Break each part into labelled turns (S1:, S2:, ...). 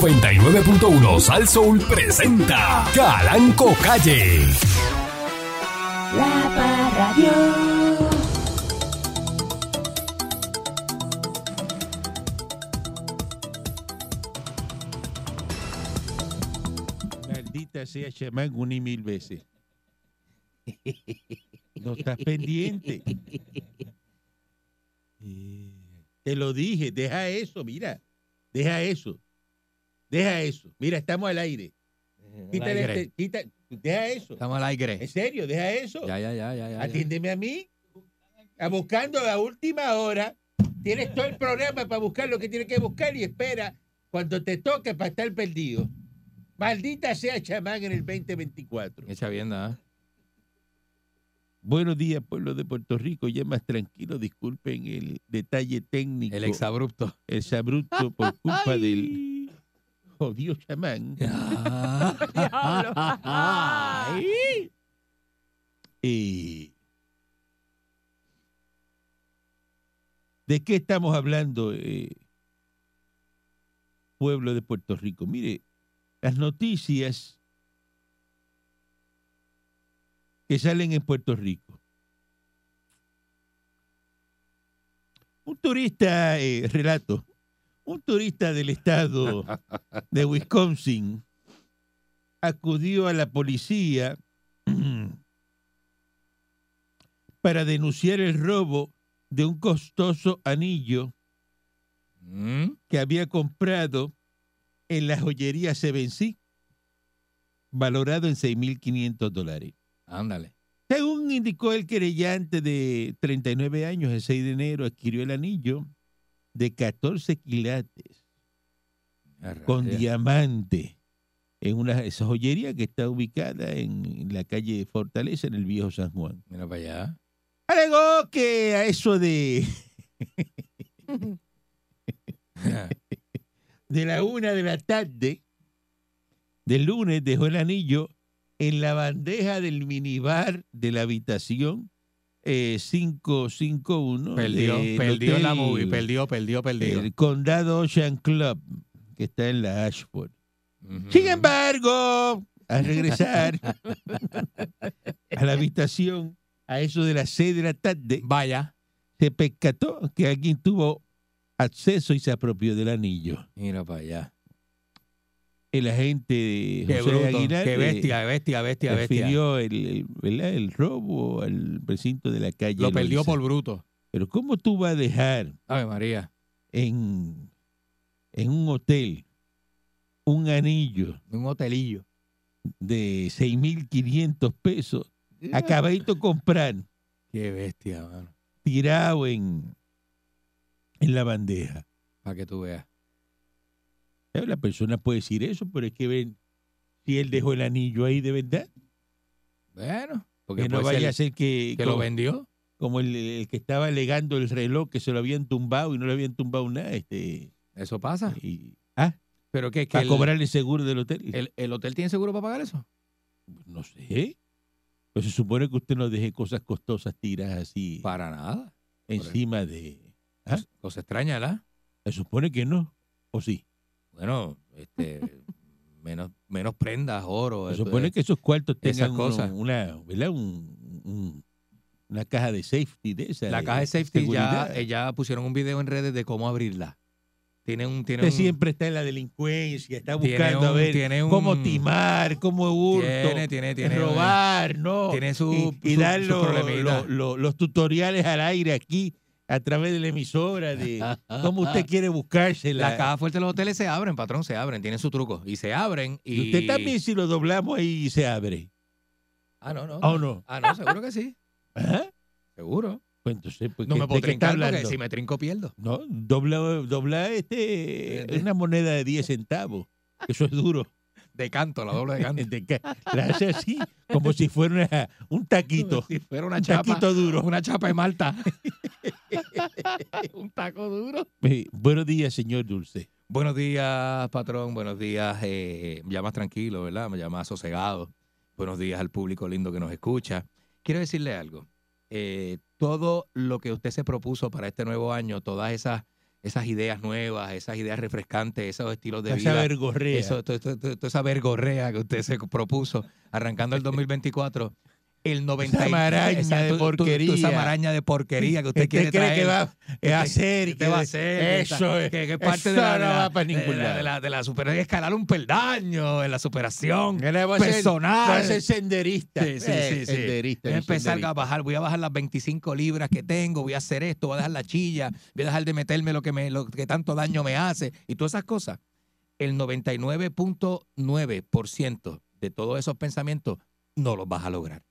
S1: 99.1 Sal Soul presenta Calanco Calle.
S2: La Parradio.
S3: Maldita sea, chamán, una y mil veces. No estás pendiente. Eh, Te lo dije, deja eso, mira. Deja eso. Deja eso. Mira, estamos al aire. Quítale
S4: aire.
S3: este- quita- deja eso.
S4: Estamos al aire.
S3: En serio, deja eso.
S4: Ya, ya, ya, ya, ya, ya.
S3: Atiéndeme a mí. A buscando a última hora. Tienes todo el programa para buscar lo que tienes que buscar y espera cuando te toque para estar perdido. Maldita sea chamán en el 2024.
S4: Echa ¿ah? bien, ¿no?
S3: Buenos días, pueblo de Puerto Rico. Ya más tranquilo, disculpen el detalle técnico.
S4: El exabrupto.
S3: el sabruto por culpa del jodido chamán. Eh, ¿De qué estamos hablando, eh, pueblo de Puerto Rico? Mire, las noticias que salen en Puerto Rico. Un turista, eh, relato, un turista del estado de Wisconsin acudió a la policía para denunciar el robo de un costoso anillo
S4: Mm.
S3: que había comprado en la joyería Seven Sea, valorado en 6.500 dólares.
S4: Ándale.
S3: Según indicó el querellante de 39 años, el 6 de enero adquirió el anillo de 14 quilates con diamante en una esa joyería que está ubicada en la calle Fortaleza, en el viejo San Juan.
S4: Mira para allá.
S3: Alegó que a eso de, de la una de la tarde del lunes dejó el anillo en la bandeja del minibar de la habitación eh, 551.
S4: Perdió,
S3: del
S4: perdió la
S3: hotel,
S4: movie. Perdió, perdió, perdió.
S3: El Condado Ocean Club, que está en la Ashford.
S4: Ujú.
S3: Sin embargo, al regresar a la habitación a eso de las seis de la tarde,
S4: Vaya.
S3: se percató que alguien tuvo acceso y se apropió del anillo.
S4: Mira para allá.
S3: El agente
S4: Qué
S3: José
S4: bruto.
S3: Aguilar
S4: Qué
S3: eh,
S4: bestia, bestia, bestia, bestia.
S3: refirió el, el- ¿verdad? el robo al precinto de la calle.
S4: Lo perdió
S3: Loiza.
S4: por bruto.
S3: Pero ¿cómo tú vas a dejar
S4: Ave María.
S3: en, en un hotel un anillo
S4: Un hotelillo.
S3: de 6.500 pesos acabadito de comprar
S4: Qué bestia, mano.
S3: tirado en, en la bandeja?
S4: Para que tú veas.
S3: ¿Sabes? La persona puede decir eso, pero es que ven si él dejó el anillo ahí de verdad,
S4: Bueno. Porque
S3: que no
S4: puede ser
S3: vaya a ser que,
S4: que
S3: como,
S4: lo vendió.
S3: como el, el que estaba alegando el reloj que se lo habían tumbado y no le habían tumbado nada, este,
S4: Eso pasa.
S3: y, ah,
S4: Pero que, que
S3: para
S4: el,
S3: cobrarle seguro del hotel.
S4: el- el hotel tiene seguro para pagar eso.
S3: no sé. Pues se supone que usted no deje cosas costosas tiradas así
S4: Para nada.
S3: encima de. ¿Ah?
S4: Cosa extraña, ¿verdad?
S3: Se supone que no, o sí.
S4: Bueno, este, menos, menos prendas, oro.
S3: Se
S4: esto-
S3: supone que esos cuartos
S4: esas
S3: tengan uno-
S4: cosas.
S3: una, ¿verdad? Un- un- una caja de safety de esa.
S4: La caja de safety ya,
S3: seguridad.
S4: eh, ya pusieron un video en redes de cómo abrirla. Tiene un, tiene
S3: Usted
S4: un-
S3: siempre está en la delincuencia, está
S4: Tiene
S3: buscando a
S4: un-
S3: ver
S4: tiene un-
S3: cómo timar, cómo hurto,
S4: tiene, tiene, tiene,
S3: robar, ¿no?
S4: tiene
S3: y,
S4: su,
S3: y
S4: su-
S3: dar
S4: su
S3: los-
S4: problemita.
S3: los- los- los tutoriales al aire aquí a través de la emisora de cómo usted quiere buscarse
S4: Las cajas fuertes de los hoteles se abren, patrón, se abren, tienen su truco. Y se abren y...
S3: Y usted también si lo doblamos ahí se abre.
S4: Ah, no, no.
S3: ¿O no?
S4: Ah, no, seguro que sí.
S3: Ajá.
S4: Seguro.
S3: Pues entonces, pues,
S4: No
S3: ¿qué-
S4: me
S3: ¿de
S4: puedo
S3: qué está
S4: trincar porque
S3: hablando?
S4: si me trinco pierdo.
S3: No, dobla, dobla este,
S4: Eh, de-
S3: una moneda de 10 centavos. Eso es duro.
S4: De canto, la doble de canto.
S3: De ca- La hace así, como si fuera una- un taquito.
S4: Si fuera una
S3: Un
S4: chapa,
S3: taquito duro.
S4: una chapa de Malta. un taco duro.
S3: Eh, buenos días, señor Dulce.
S4: Buenos días, patrón. Buenos días. eh, ya más tranquilo, ¿verdad? Ya más sosegado. Buenos días al público lindo que nos escucha. Quiero decirle algo. Eh, todo lo que usted se propuso para este nuevo año, todas esas esas ideas nuevas, esas ideas refrescantes, esos estilos de
S3: Esa
S4: vida.
S3: vergorrea.
S4: Eso, to- to- to- toda esa vergorrea que usted se propuso arrancando el 2024. El 90 y-
S3: Esa maraña de
S4: tu- tu- tu-
S3: porquería.
S4: Esa maraña de porquería que usted
S3: ¿Usted
S4: quiere
S3: cree
S4: traer.
S3: que va
S4: Usted-
S3: a hacer? y
S4: usted
S3: que
S4: va a hacer?
S3: Eso es.
S4: Que, que es parte de
S3: eso
S4: la, de
S3: no
S4: la-
S3: va para
S4: de-
S3: ningún
S4: de la-
S3: lado.
S4: de la- de la super- escalar un peldaño, en la superación.
S3: Ahora va a ser-
S4: personal.
S3: va a ser senderista.
S4: Sí, sí,
S3: Eh,
S4: sí, sí.
S3: senderista,
S4: Voy a
S3: un
S4: empezar a
S3: senderista.
S4: bajar, voy a bajar las 25 libras que tengo, voy a hacer esto, voy a dejar la chilla, voy a dejar de meterme lo que, me, lo que tanto daño me hace y todas esas cosas. El 99.9% de todos esos pensamientos no los vas a lograr.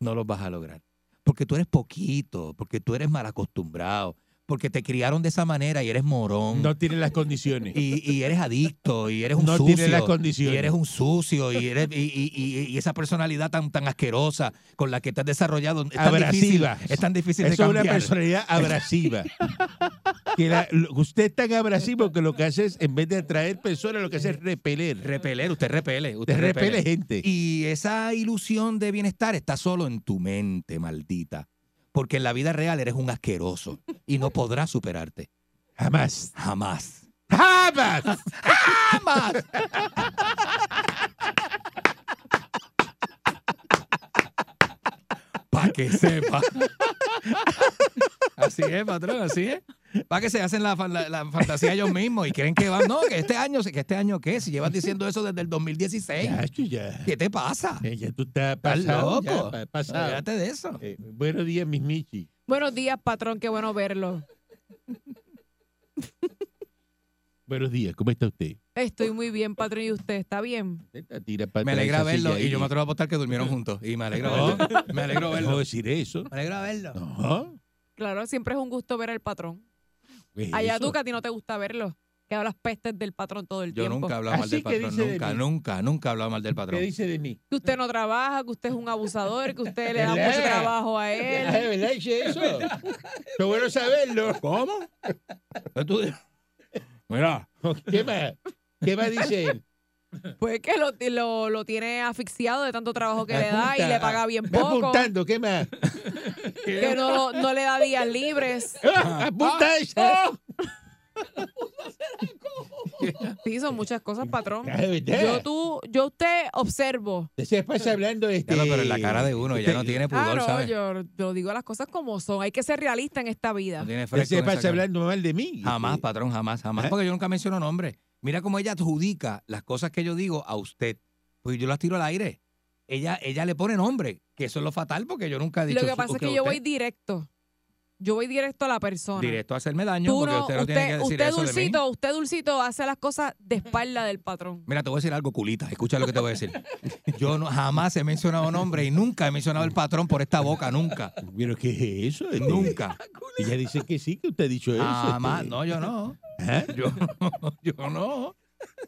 S4: No los vas a lograr. Porque tú eres poquito, porque tú eres mal acostumbrado, porque te criaron de esa manera y eres morón.
S3: No tiene las condiciones.
S4: Y, y eres adicto, y eres un
S3: no
S4: sucio.
S3: tiene las condiciones.
S4: Y eres un sucio y eres y, y- y- y esa personalidad tan tan asquerosa con la que te has desarrollado es tan
S3: Abrasiva.
S4: difícil, es tan difícil de
S3: Eso es una
S4: cambiar.
S3: personalidad abrasiva. que la- lo- usted es tan abrasivo que lo que hace es, en vez de atraer personas, lo que hace es repeler.
S4: Repeler, usted repele,
S3: Te
S4: usted
S3: repele
S4: repele.
S3: gente.
S4: Y esa ilusión de bienestar está solo en tu mente, maldita. Porque en la vida real eres un asqueroso y no podrás superarte.
S3: Jamás.
S4: Jamás.
S3: ¡Jamás!
S4: ¡Jamás! Para que sepa. Así es, patrón, así es. Para que se hacen la, fa- la- la fantasía ellos mismos y creen que van. No, que este año, que este año qué, si llevas diciendo eso desde el 2016.
S3: Ya, chu, ya.
S4: ¿Qué te pasa?
S3: Eh, ya tú estás
S4: Estás
S3: pasado. ya,
S4: loco.
S3: pa- pasado.
S4: Olvídate de eso.
S3: Eh, buenos días, mis Michi.
S2: Buenos días, patrón, qué bueno verlo.
S3: Buenos días, ¿cómo está usted?
S2: Estoy muy bien, patrón, y usted está bien.
S3: Esta tira para
S4: Me
S3: atrás,
S4: alegra
S3: esa silla
S4: verlo
S3: ahí.
S4: y yo me atrevo a apostar que durmieron juntos. Y me alegro
S3: No.
S4: verlo. Me alegro
S3: No
S4: verlo.
S3: puedo
S4: Me
S3: decir eso.
S4: alegro verlo.
S3: No.
S2: Claro, siempre es un gusto ver al patrón.
S3: ¿qué es
S2: Allá
S3: eso?
S2: tú que a ti no te gusta verlo, que hablas pestes del patrón todo el
S4: Yo
S2: tiempo.
S4: nunca he hablado mal
S3: Así
S4: del
S3: que
S4: patrón.
S3: dice de
S4: Nunca,
S3: mí.
S4: nunca, nunca he hablado mal del patrón.
S3: ¿Qué dice de mí?
S2: Que usted no trabaja, que usted es un abusador, que usted le da
S3: ¿Verdad?
S2: mucho trabajo a
S3: Ah,
S2: él.
S3: ¿De verdad dice eso? Qué bueno saberlo.
S4: ¿Cómo? Mira,
S3: ¿Qué más? ¿Qué más dice él?
S2: Pues que lo, lo, lo tiene asfixiado de tanto trabajo que le da y
S3: Apunta,
S2: le paga bien
S3: Ve
S2: poco.
S3: apuntando, ¿qué más?
S2: Que no, no le da días libres.
S3: ¡Ah, ¡Apunta
S4: ah.
S3: eso!
S2: Sí, son muchas cosas, patrón.
S3: Ah, de verdad.
S2: Yo tú, yo usted observo.
S3: Se pasa hablando este...
S4: ya lo, pero en la cara de uno ya no tiene
S2: Ah,
S4: pudor,
S2: no,
S4: ¿sabes?
S2: yo, yo digo las cosas como son. Hay que ser realista en esta vida.
S4: No tiene
S3: Usted
S4: fresco
S3: se
S4: en esa
S3: pasa
S4: cara.
S3: hablando mal de mí.
S4: Jamás, patrón, jamás, jamás.
S3: ¿Eh?
S4: Porque yo nunca menciono nombres. Mira cómo ella adjudica las cosas que yo digo a usted. Pues yo las tiro al aire. Ella, ella le pone nombre, que eso es lo fatal porque yo nunca he dicho
S2: Lo que
S4: su-
S2: pasa es que yo voy
S4: usted-
S2: directo. Yo voy directo a la persona.
S4: directo a hacerme daño
S2: Tú
S4: porque
S2: no-
S4: usted
S2: usted,
S4: no tiene que decir
S2: usted
S4: eso de mí.
S2: dulcito, usted dulcito hace las cosas de espalda del patrón.
S4: Mira, te voy a decir algo, culita. Escucha lo que te voy a decir. Yo no, jamás he mencionado nombre y nunca he mencionado el patrón por esta boca, nunca.
S3: ¿Pero qué es eso? este?
S4: Nunca.
S3: Ella dice que sí, que usted ha dicho eso.
S4: Jamás.
S3: este.
S4: Ah, No, yo no.
S3: Ajá.
S4: Yo, yo no.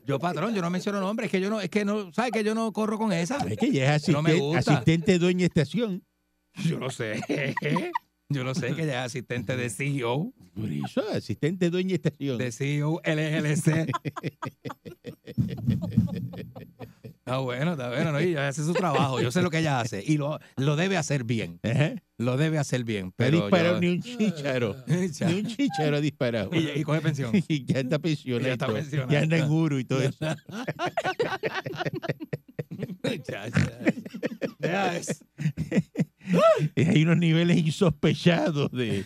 S4: Yo, patrón, yo no menciono nombres. Es que yo no, es que no, ¿sabes que yo no corro con esa?
S3: Es que ella es
S4: No me
S3: asistente,
S4: gusta.
S3: asistente dueña de estación.
S4: Yo no sé. Yo no sé que ella es asistente de CEO,
S3: Por eso, asistente dueña de estación.
S4: de E CEO LLC. Está bueno, está bueno. ¿no? Y ella hace su trabajo. Yo sé lo que ella hace. Y lo, lo debe hacer bien.
S3: Ajá. No
S4: Lo debe hacer bien.
S3: ha
S4: Pero
S3: disparado
S4: yo-
S3: ni un chícharo.
S4: Ya.
S3: Ni un chícharo ha disparado.
S4: Y, y coge pensión.
S3: Y ya está pensionado. Ya,
S4: Ya está pensionado.
S3: ya anda en Uru y todo eso.
S4: Ya, ya. Ya, es-
S3: Y Hay unos niveles insospechados de,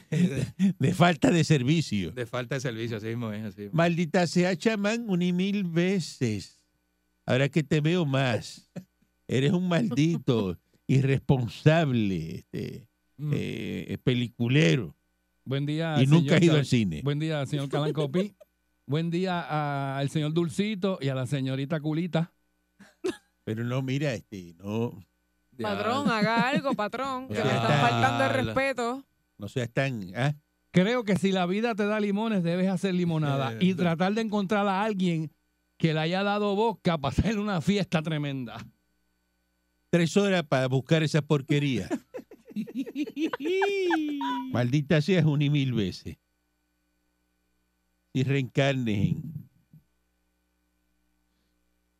S3: de falta de servicio.
S4: De falta de servicio, así mismo es. Así mismo.
S3: Maldita sea, chamán, un y mil veces. Ahora que te veo más. Eres un maldito, irresponsable, este,
S5: Mm.
S3: eh, peliculero.
S5: Buen día.
S3: y
S5: señor
S3: nunca has ido
S5: Cal-
S3: al cine.
S5: Buen día, señor Calancopi. Buen día a- al señor Dulcito y a la señorita Culita.
S3: Pero no, mira, este, no,
S2: Patrón, haga algo, patrón. Que
S4: Ya.
S2: le están faltando el
S4: Ya.
S2: respeto.
S3: no seas tan. ah,
S5: Creo que si la vida te da limones, debes hacer
S3: Eh,
S5: limonada y tratar de encontrar a alguien que le haya dado boca para hacer una fiesta tremenda.
S3: tres horas para buscar esa porquería. Maldita seas un y mil veces. Y reencarnes en,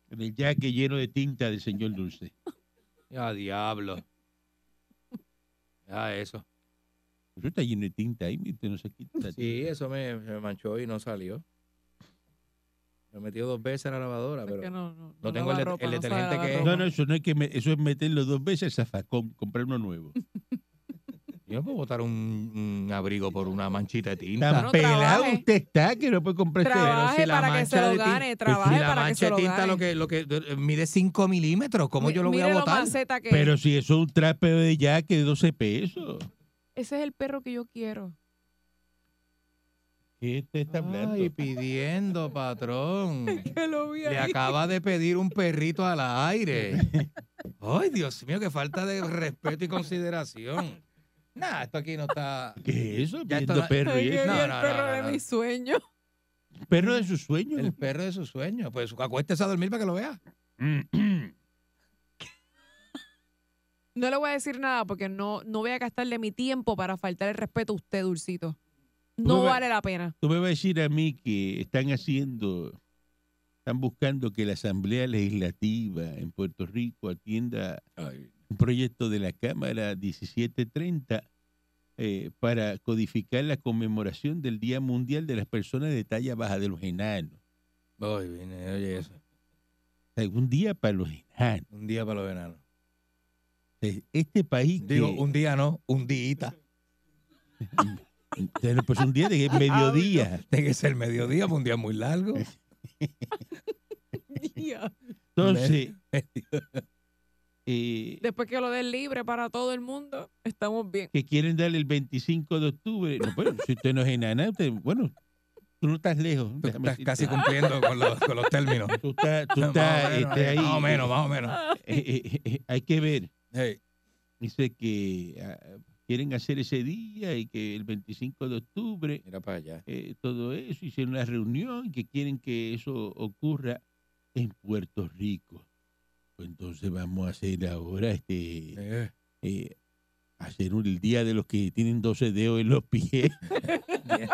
S3: en el yaque lleno de tinta del señor Dulce.
S4: Ya, diablo. Ya, eso.
S3: Eso está lleno de tinta ahí, y no se quita.
S4: Sí, eso me, me manchó y no salió. Lo he metido dos veces a la lavadora,
S2: Es que
S4: pero
S2: no, no,
S4: no tengo el
S2: lava
S4: de-
S2: ropa,
S4: el
S2: no sabe
S4: detergente
S2: lavar
S4: que-
S2: ropa.
S3: No, no, eso no es que me- eso es meterlo dos veces al zafacón, comprar uno nuevo.
S4: yo no puedo botar un, un abrigo por una manchita de tinta.
S3: Tan
S2: no
S3: pelado
S2: trabaje.
S3: usted está que no puede comprar este verano.
S2: Trabaje
S4: si la
S2: para que se
S4: mancha de
S2: lo
S4: tin-
S2: gane,
S3: Pues si
S2: trabaje
S4: la
S2: para que
S4: mancha
S2: se
S4: de
S2: lo
S4: tinta lo
S2: gane.
S4: que, lo que eh, mide 5 milímetros, ¿cómo
S2: Mi-
S4: yo lo voy a
S2: mire
S4: botar?
S2: maceta que es.
S3: Pero si eso es un trapeo de ya que de 12 pesos.
S2: Ese es el perro que yo quiero.
S3: ¿Qué te está hablando?
S4: Ay, pidiendo, patrón.
S2: Que lo vi
S4: Le
S2: ahí.
S4: acaba de pedir un perrito al aire. Ay, Dios mío, qué falta de respeto y consideración. Nah, esto aquí no está.
S3: ¿Qué es eso?
S4: Ya
S3: Viendo
S4: está-
S3: perro
S2: Ay,
S3: y
S2: que vi
S3: eso.
S4: No,
S2: el
S4: no, no, no,
S2: perro
S4: no.
S2: de mis sueños.
S3: Perro de sus sueños.
S4: El perro de sus sueños. Pues acuéstese a dormir para que lo vea.
S2: No le voy a decir nada porque no, no voy a gastarle mi tiempo para faltar el respeto a usted, Dulcito. No
S3: Muy bien.
S2: vale la pena.
S3: Tú me vas a decir a mí que están haciendo, están buscando que la Asamblea Legislativa en Puerto Rico atienda un proyecto de la Cámara 1730 eh, para codificar la conmemoración del Día Mundial de las Personas de Talla Baja de los Enanos.
S4: Ay, viene, oye eso.
S3: O sea, un día para los enanos.
S4: Un día para los enanos.
S3: O sea, Este país
S4: Digo,
S3: que-
S4: un día no, un día.
S3: Pero, pues un día de
S4: Ah,
S3: mediodía.
S4: Tiene que ser mediodía, fue un día muy largo.
S3: Entonces, eh,
S2: Después que lo den libre para todo el mundo, estamos bien.
S3: que quieren darle el 25 de octubre. No, bueno, si usted no es enana, usted- bueno, tú no estás lejos.
S4: Tú
S3: déjame
S4: estás casi
S3: decirte.
S4: cumpliendo con los, con los términos.
S3: Tú estás, tú
S4: Más o
S3: estás,
S4: menos, eh,
S3: este, ahí.
S4: más o menos, más o menos.
S3: Eh, eh, eh, eh, hay que ver.
S4: Hey.
S3: Dice que ah, quieren hacer ese día y que el 25 de octubre
S4: Mira para allá.
S3: eh, todo eso, hicieron una reunión y que quieren que eso ocurra en Puerto Rico. Pues entonces vamos a hacer ahora este
S4: Eh,
S3: eh, hacer un- el día de los que tienen 12 dedos en los pies.
S4: bien.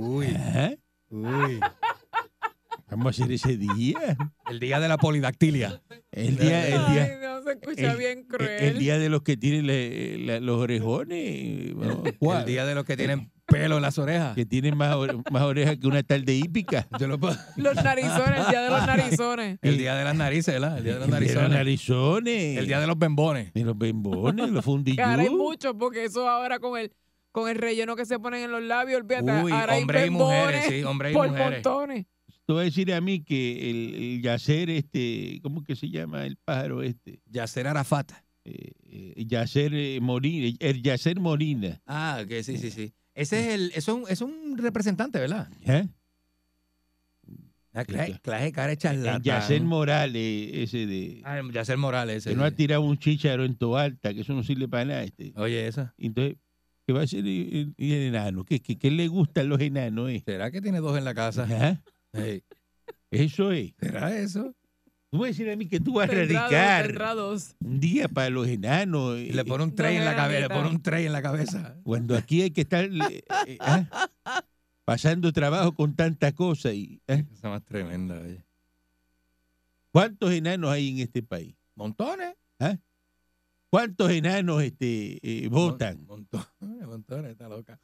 S4: Uy,
S3: Ajá.
S4: uy.
S3: Vamos a hacer ese día.
S4: El día de la polidactilia.
S3: El día, el
S2: Ay,
S3: día,
S2: no, se escucha
S3: el-
S2: bien
S3: el-
S2: cruel.
S3: el día de los que tienen la- la- los orejones. vamos,
S4: El día de los que tienen pelo en las orejas.
S3: Que tienen más, ore- más orejas que una tarde hípica.
S4: Yo lo puedo-
S2: Los narizones, el día de los narizones.
S4: El día de las narices, ¿verdad? El día de los
S3: los
S4: narizones.
S3: narizones.
S4: El día de los bembones.
S3: de los bembones, los
S2: Que ahora hay
S3: fundillú.
S2: muchos, porque eso ahora con el con el relleno que se ponen en los labios, olvídate.
S4: Uy,
S2: ahora hay
S4: hombres y mujeres,
S2: bembones
S4: sí, hombres y
S2: por
S4: mujeres.
S2: montones.
S3: Tú vas a decir a mí que el, el yacer, este, ¿cómo que se llama el pájaro este?
S4: Yacer Arafat.
S3: Eh, eh, yacer eh, Morina, el yacer Morina.
S4: Ah, que sí, sí, sí. Ese es el, es un, es un representante, ¿verdad?
S3: ¿eh?
S4: Ah, clase, clase de cara de charlatán.
S3: El yacer Morales, ese de...
S4: Ah, el Yacer Morales.
S3: que
S4: ese,
S3: no ha
S4: sí.
S3: tirado un chícharo en Toalta, que eso no sirve para nada. Este.
S4: Oye, esa.
S3: Entonces, ¿qué va a hacer el, el- el enano? ¿Qué, qué, qué le gustan los enanos? eh?
S4: ¿Será que tiene dos en la casa?
S3: Ajá,
S4: Ey,
S3: Eso es.
S4: ¿Será eso?
S3: Tú vas a decir a mí que tú vas a
S2: Tendrá dos,
S3: radicar
S2: tendrá dos.
S3: un día para los enanos. eh,
S4: Y le pone un tray en la
S2: Dos
S4: cabeza. Le
S2: enanitas.
S4: pone un tray en la cabeza.
S3: Cuando aquí hay que estar eh, eh, ah, pasando trabajo con tanta cosa. Y, ah,
S4: Esa más tremenda, oye.
S3: ¿Cuántos enanos hay en este país?
S4: Montones.
S3: ¿Cuántos enanos este, eh, votan?
S4: Mon- Montones, montones, está loca.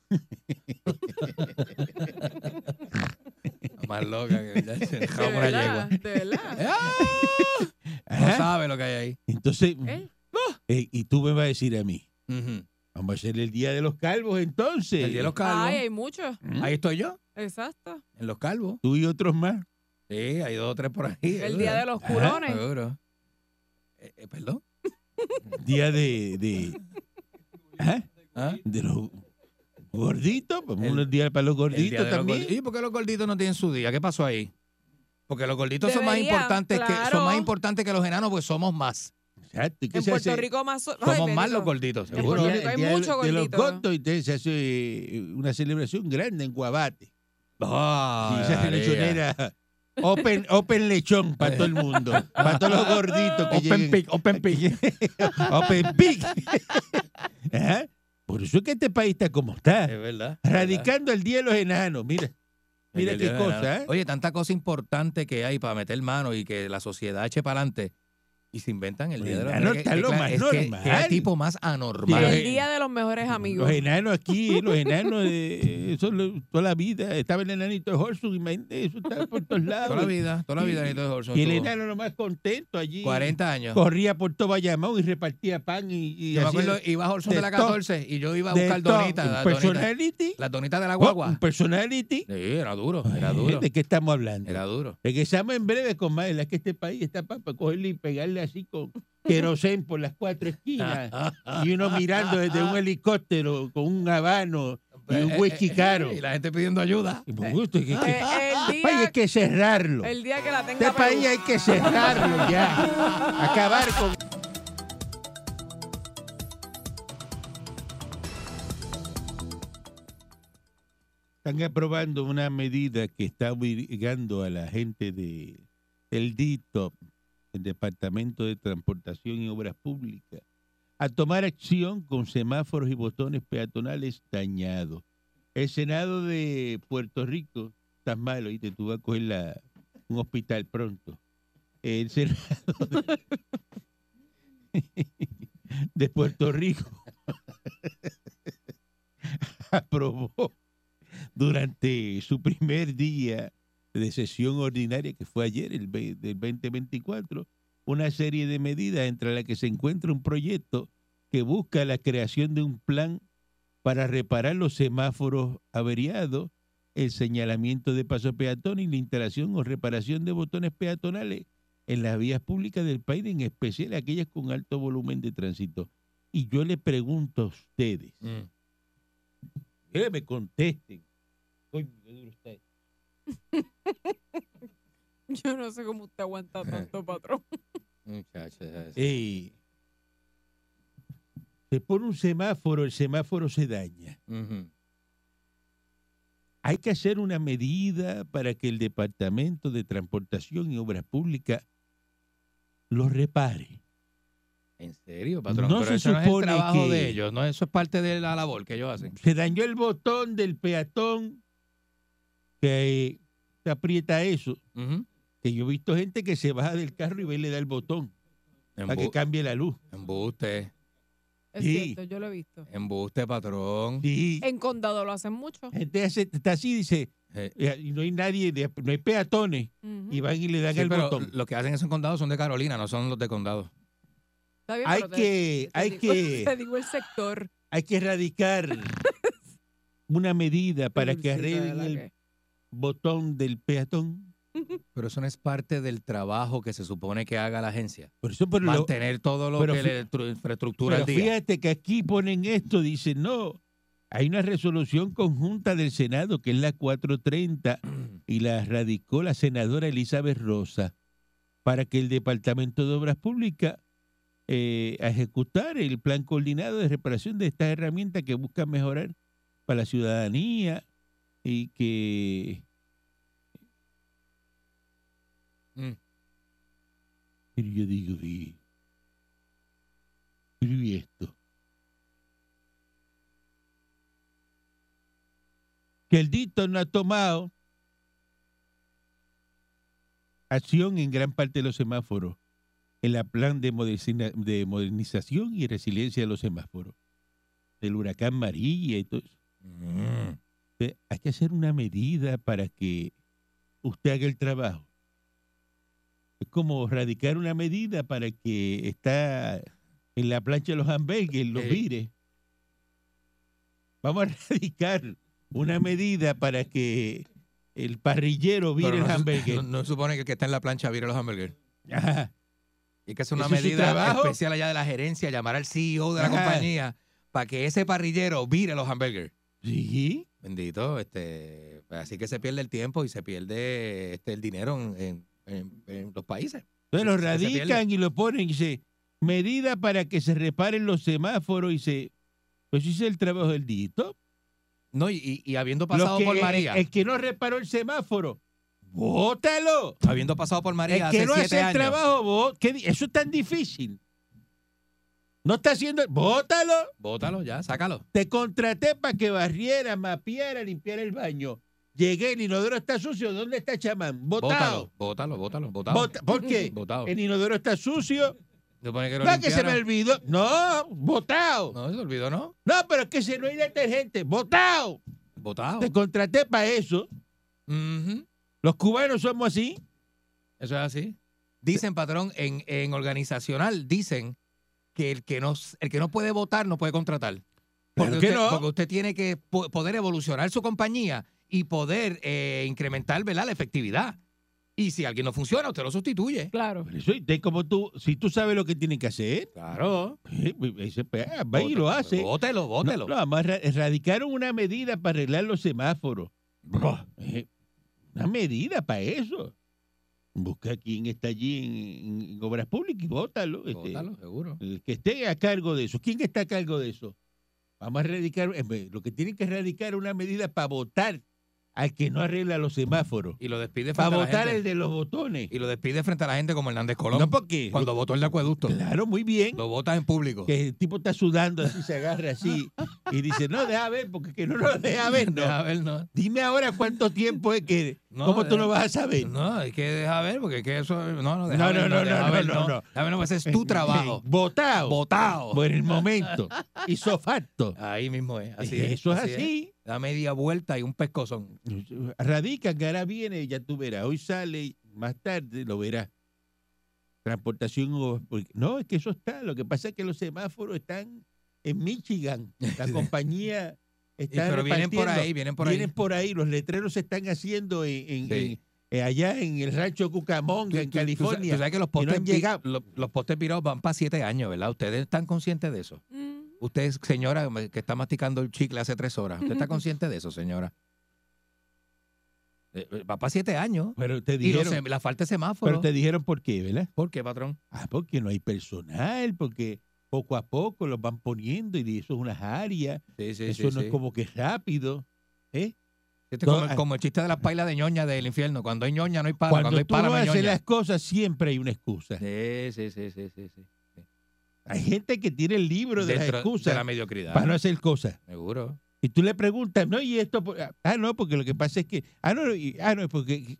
S4: La más loca que ya se dejaba
S2: De
S4: por la yegua.
S2: verdad, de verdad.
S4: ¡Ah! No
S3: Ajá.
S4: sabe lo que hay ahí.
S3: Entonces,
S2: ¿Eh?
S3: eh, y tú me vas a decir a mí,
S4: Ujú.
S3: vamos a hacer el día de los calvos entonces.
S4: El día de los calvos.
S2: Ay, hay muchos.
S3: ¿Mm?
S4: Ahí estoy yo,
S2: Exacto.
S4: en los calvos.
S3: Tú y otros más.
S4: Sí, hay dos o tres por ahí. Ah,
S2: El día de los
S3: Ajá.
S2: curones.
S4: Seguro. Eh, eh, ¿Perdón?
S3: Día de. de, ¿ah?
S4: ¿Ah?
S3: de los gorditos. Pues
S4: El-
S3: unos días para los
S4: El día
S3: gorditos
S4: de los
S3: también.
S4: gordi- ¿Y por qué los gorditos no tienen su día? ¿Qué pasó ahí? Porque los gorditos son más
S2: Deberían,
S4: importantes que son
S2: claro.
S4: más importantes que los enanos, pues somos más.
S3: Exacto. ¿y qué
S2: En
S3: se
S2: Puerto
S3: hace?
S2: Rico más. so- Ay,
S4: Somos más
S2: bendito.
S4: los gorditos,
S3: El
S4: seguro.
S2: Puerto
S3: día-
S2: Rico hay
S3: el día
S2: mucho
S3: de los
S2: gordito.
S3: gordos, entonces se hace eh, una celebración grande en Guabate.
S4: Ah,
S3: y se hace
S4: María.
S3: lechonera. Open, open lechón para todo el mundo. Para todos los gorditos que
S4: Open
S3: lleguen.
S4: pick, open pick.
S3: Open pic. Ajá. Por eso es que este país está como está.
S4: Es verdad. es verdad.
S3: Radicando el día de los enanos, mira. Mira
S4: El
S3: qué
S4: día de los
S3: cosa,
S4: enanos.
S3: ¿eh?
S4: Oye, tanta cosa importante que hay para meter mano y que la sociedad eche para adelante. Y se inventan el día
S3: Pues,
S4: de los
S3: enano,
S4: Reyes.
S3: está lo
S4: cla-
S3: más normal.
S4: Qué tipo más
S3: Pero-
S2: El
S4: anormal.
S2: día de los mejores amigos.
S3: Los enanos aquí, los enanos de eso, lo- toda la vida. Estaba el enanito de Horson, imagínate, eso estaba por todos lados.
S4: Toda la vida, toda la vida, Anito de Holson
S3: Y el
S4: tuvo
S3: enano lo más contento allí.
S4: 40 años.
S3: Corría por todo Bayamón y repartía pan y, y
S4: Yo me
S3: hacía
S4: acuerdo, iba a Holson
S3: de
S4: de la
S3: todo.
S4: 14 y yo iba a
S3: de
S4: buscar
S3: todo.
S4: donitas.
S3: Un
S4: Las donitas
S3: personality.
S4: las donitas de la
S3: Oh,
S4: guagua.
S3: un personality.
S4: Sí, era duro, era duro.
S3: ¿De qué estamos hablando?
S4: Era duro.
S3: Regresamos en breve con más. Es que este país está para, cogerle y pegarle así con querosén por las cuatro esquinas. y uno mirando desde un helicóptero con un habano y un whisky
S4: Eh, eh,
S3: caro.
S4: Y la gente pidiendo ayuda.
S3: Y por gusto, es que-
S2: Eh, el,
S3: Oye, hay
S2: día,
S3: que cerrarlo.
S2: el día que la tenga
S3: Este país hay que cerrarlo ya. Acabar con. Están aprobando una medida que está obligando a la gente de, del DITOP, el Departamento de Transportación y Obras Públicas, a tomar acción con semáforos y botones peatonales dañados. El Senado de Puerto Rico, estás malo, y te tú vas a coger la, un hospital pronto. El Senado de, de Puerto Rico aprobó durante su primer día de sesión ordinaria, que fue ayer, el ve- del 2024, una serie de medidas entre las que se encuentra un proyecto que busca la creación de un plan para reparar los semáforos averiados el señalamiento de paso peatón y la instalación o reparación de botones peatonales en las vías públicas del país, en especial aquellas con alto volumen de tránsito. Y yo le pregunto a ustedes,
S4: Mm.
S3: que me contesten. Coño, qué duro está esto.
S2: Yo no sé cómo usted aguanta tanto, patrón.
S4: Muchacho, es-
S3: Eh, se pone un semáforo, el semáforo se daña.
S4: Ujú.
S3: Hay que hacer una medida para que el Departamento de Transportación y Obras Públicas lo repare.
S4: ¿En serio, patrón?
S3: No
S4: Pero
S3: se
S4: eso no es el
S3: supone
S4: trabajo
S3: que-
S4: de ellos, no, eso es parte de la labor que ellos hacen.
S3: se dañó el botón del peatón que te aprieta eso.
S4: Ujú.
S3: Que yo he visto gente que se baja del carro y va y le da el botón para que
S4: Embu-
S3: cambie la luz.
S4: Embuste,
S2: Es
S3: Sí.
S2: cierto, yo lo he visto.
S4: embuste, patrón.
S3: Sí.
S2: En condado lo hacen mucho.
S3: Gente hace- está así dice,
S4: Eh,
S3: eh, y no hay nadie, de- no hay peatones,
S2: Ujú.
S3: y van y le dan
S4: sí,
S3: el
S4: pero
S3: botón.
S4: los que hacen eso en condado son de Carolina, no son los de condado.
S2: Está bien,
S3: Hay
S2: pero te-
S3: que,
S2: te
S3: hay
S2: digo-
S3: que,
S2: Te digo el sector.
S3: hay que erradicar una medida para que
S2: Dulcita Mm, de
S3: arreglen
S2: la
S3: el
S2: que-
S3: botón del peatón.
S4: Pero eso no es parte del trabajo que se supone que haga la agencia.
S3: Por eso, por lo,
S4: Mantener todo lo
S3: pero
S4: que
S3: fí-
S4: le tru- infraestructura al
S3: Pero
S4: día.
S3: fíjate que aquí ponen esto, dicen, no, hay una resolución conjunta del Senado, que es la 430, y la radicó la senadora Elizabeth Rosa, para que el Departamento de Obras Públicas eh, a ejecutar el plan coordinado de reparación de estas herramientas que buscan mejorar para la ciudadanía y que...
S4: Mm.
S3: Pero yo digo, y, pero ¿y esto. Que el Dito no ha tomado acción en gran parte de los semáforos, en la plan de, moderniza- de modernización y resiliencia de los semáforos, del huracán María y todo eso.
S4: Mm.
S3: Usted- hay que hacer una medida para que usted haga el trabajo. Es como radicar una medida para que está en la plancha de los hamburgues, los
S4: Eh.
S3: vire. Vamos a radicar una medida para que el parrillero vire
S4: Pero
S3: el
S4: no,
S3: hamburgues.
S4: no- no supone que el que está en la plancha vire los hamburgues.
S3: Ajá.
S4: Y que es una
S3: Ese es su
S4: medida
S3: trabajo.
S4: especial allá de la gerencia, llamar al CEO de la
S3: Ajá.
S4: compañía para que ese parrillero vire los hamburgers.
S3: Sí,
S4: Bendito, este, así que se pierde el tiempo y se pierde este, el dinero en, en- en- en los países.
S3: entonces lo
S4: Se- se pierde.
S3: radican y lo ponen y dice, medida para que se reparen los semáforos y se... Pues hice el trabajo del Dito.
S4: No, y- y, y habiendo
S3: Los
S4: pasado
S3: que-
S4: por
S3: el-
S4: María,
S3: El, que no reparó el semáforo, bótalo.
S4: habiendo pasado por María
S3: El
S4: hace
S3: que no
S4: siete
S3: hace el
S4: años.
S3: trabajo, bó- ¿qué di- eso es tan difícil. No está haciendo, bótalo.
S4: Bótalo ya, sácalo.
S3: Te contraté para que barriera, mapeara, limpiara el baño. Llegué, el inodoro está sucio. ¿Dónde está chamán? Botado.
S4: Bótalo, bótalo, bótalo, bótalo.
S3: Bota- ¿Por qué?
S4: Botado.
S3: El inodoro está sucio.
S4: Se supone que lo
S3: No, que se me
S4: limpiara.
S3: olvidó. No, botado.
S4: No, se olvidó, ¿no?
S3: No, pero es que si no hay detergente, botado.
S4: Botado.
S3: Te contraté para eso.
S4: Ujú.
S3: Los cubanos somos así.
S4: Eso es así. Dicen, patrón, en, en organizacional dicen que el que no, el que no puede votar no puede contratar. Porque,
S3: Claro que
S4: usted,
S3: no.
S4: porque usted tiene que po- poder evolucionar su compañía y poder eh, incrementar ¿verdad? la efectividad. Y si alguien no funciona, usted lo sustituye.
S2: Claro.
S3: Por eso, de como tú, si tú sabes lo que tienes que hacer,
S4: Claro.
S3: eh, pues, ese, pues, ah, va y lo hace.
S4: Bótelo, bótelo.
S3: No, no, además ra- erradicaron una medida para arreglar los semáforos. Eh, Una medida para eso. Busca quién está allí en, en- en obras públicas y bótalo. este,
S4: Bótalo, seguro.
S3: el que esté a cargo de eso. ¿Quién está a cargo de eso? Vamos a erradicar, eh, pues, lo que tienen que erradicar es una medida para votar al que no arregla los semáforos.
S4: Y lo despide
S3: Para
S4: frente a la
S3: votar
S4: gente.
S3: el de los botones.
S4: Y lo despide frente a la gente como Hernández Colón.
S3: No porque.
S4: Cuando votó el de acueducto.
S3: Claro, muy bien.
S4: Lo votas en público.
S3: Que el tipo está sudando así, se agarra así y dice, no, deja ver, porque que no lo deja ver, no.
S4: Deja ver, no.
S3: Dime ahora cuánto tiempo es que.
S4: No,
S3: ¿Cómo tú
S4: deja-
S3: lo vas a saber?
S4: No, es que deja ver, porque es que eso. No, no, deja
S3: No,
S4: ver,
S3: no, no,
S4: deja
S3: no,
S4: ver,
S3: no, no, no.
S4: Deja ver, no, pues ese es tu trabajo.
S3: Votado.
S4: Votado.
S3: Eh, Por el momento. Y facto.
S4: Ahí mismo es. Así es,
S3: Eso es así.
S4: Da media vuelta y un pescozón.
S3: Radica, que ahora viene, ya tú verás. Hoy sale, más tarde lo verás. Transportación. o- porque- No, es que eso está. Lo que pasa es que los semáforos están en Michigan. La compañía
S4: Y-
S3: está.
S4: pero vienen por
S3: repartiendo.
S4: ahí, vienen por
S3: Vienen
S4: ahí.
S3: por ahí. Los letreros se están haciendo en, en-
S4: Sí.
S3: en- eh, allá en el rancho
S4: Tú-
S3: Cucamonga, en
S4: tú- tú sa-
S3: California.
S4: Tú sabes que los
S3: no
S4: postes,
S3: han
S4: vi-
S3: llegado.
S4: lo- los postes virados van para siete años, ¿verdad? ¿Ustedes están conscientes de eso?
S2: Mm.
S4: Usted, señora, que está masticando el chicle hace tres horas, ¿usted está consciente de eso, señora? Eh, eh, Va para siete años.
S3: pero te
S4: Y los
S3: dijeron.
S4: sem- la falta de
S3: Pero
S4: semáforo.
S3: te dijeron por qué, ¿verdad?
S4: ¿Por qué, patrón?
S3: Ah, porque no hay personal, porque poco a poco los van poniendo y eso es unas áreas,
S4: Sí, sí,
S3: eso no es como que rápido. ¿eh?
S4: Este es como,
S3: Todo-
S4: el- como el chiste de las pailas de ñoña del infierno. Cuando hay ñoña no hay para. Cuando,
S3: Cuando
S4: hay
S3: tú
S4: para
S3: no
S4: no hay
S3: haces
S4: ñoña.
S3: las cosas siempre hay una excusa.
S4: Sí, sí, sí, sí, sí, sí.
S3: Hay gente que tiene el libro de las
S4: Dentro de
S3: excusas
S4: la mediocridad.
S3: para no hacer cosas.
S4: Seguro.
S3: Y tú le preguntas, no, y esto, por- ah, no, porque lo que pasa es que, ah, no, y- ah, no, es porque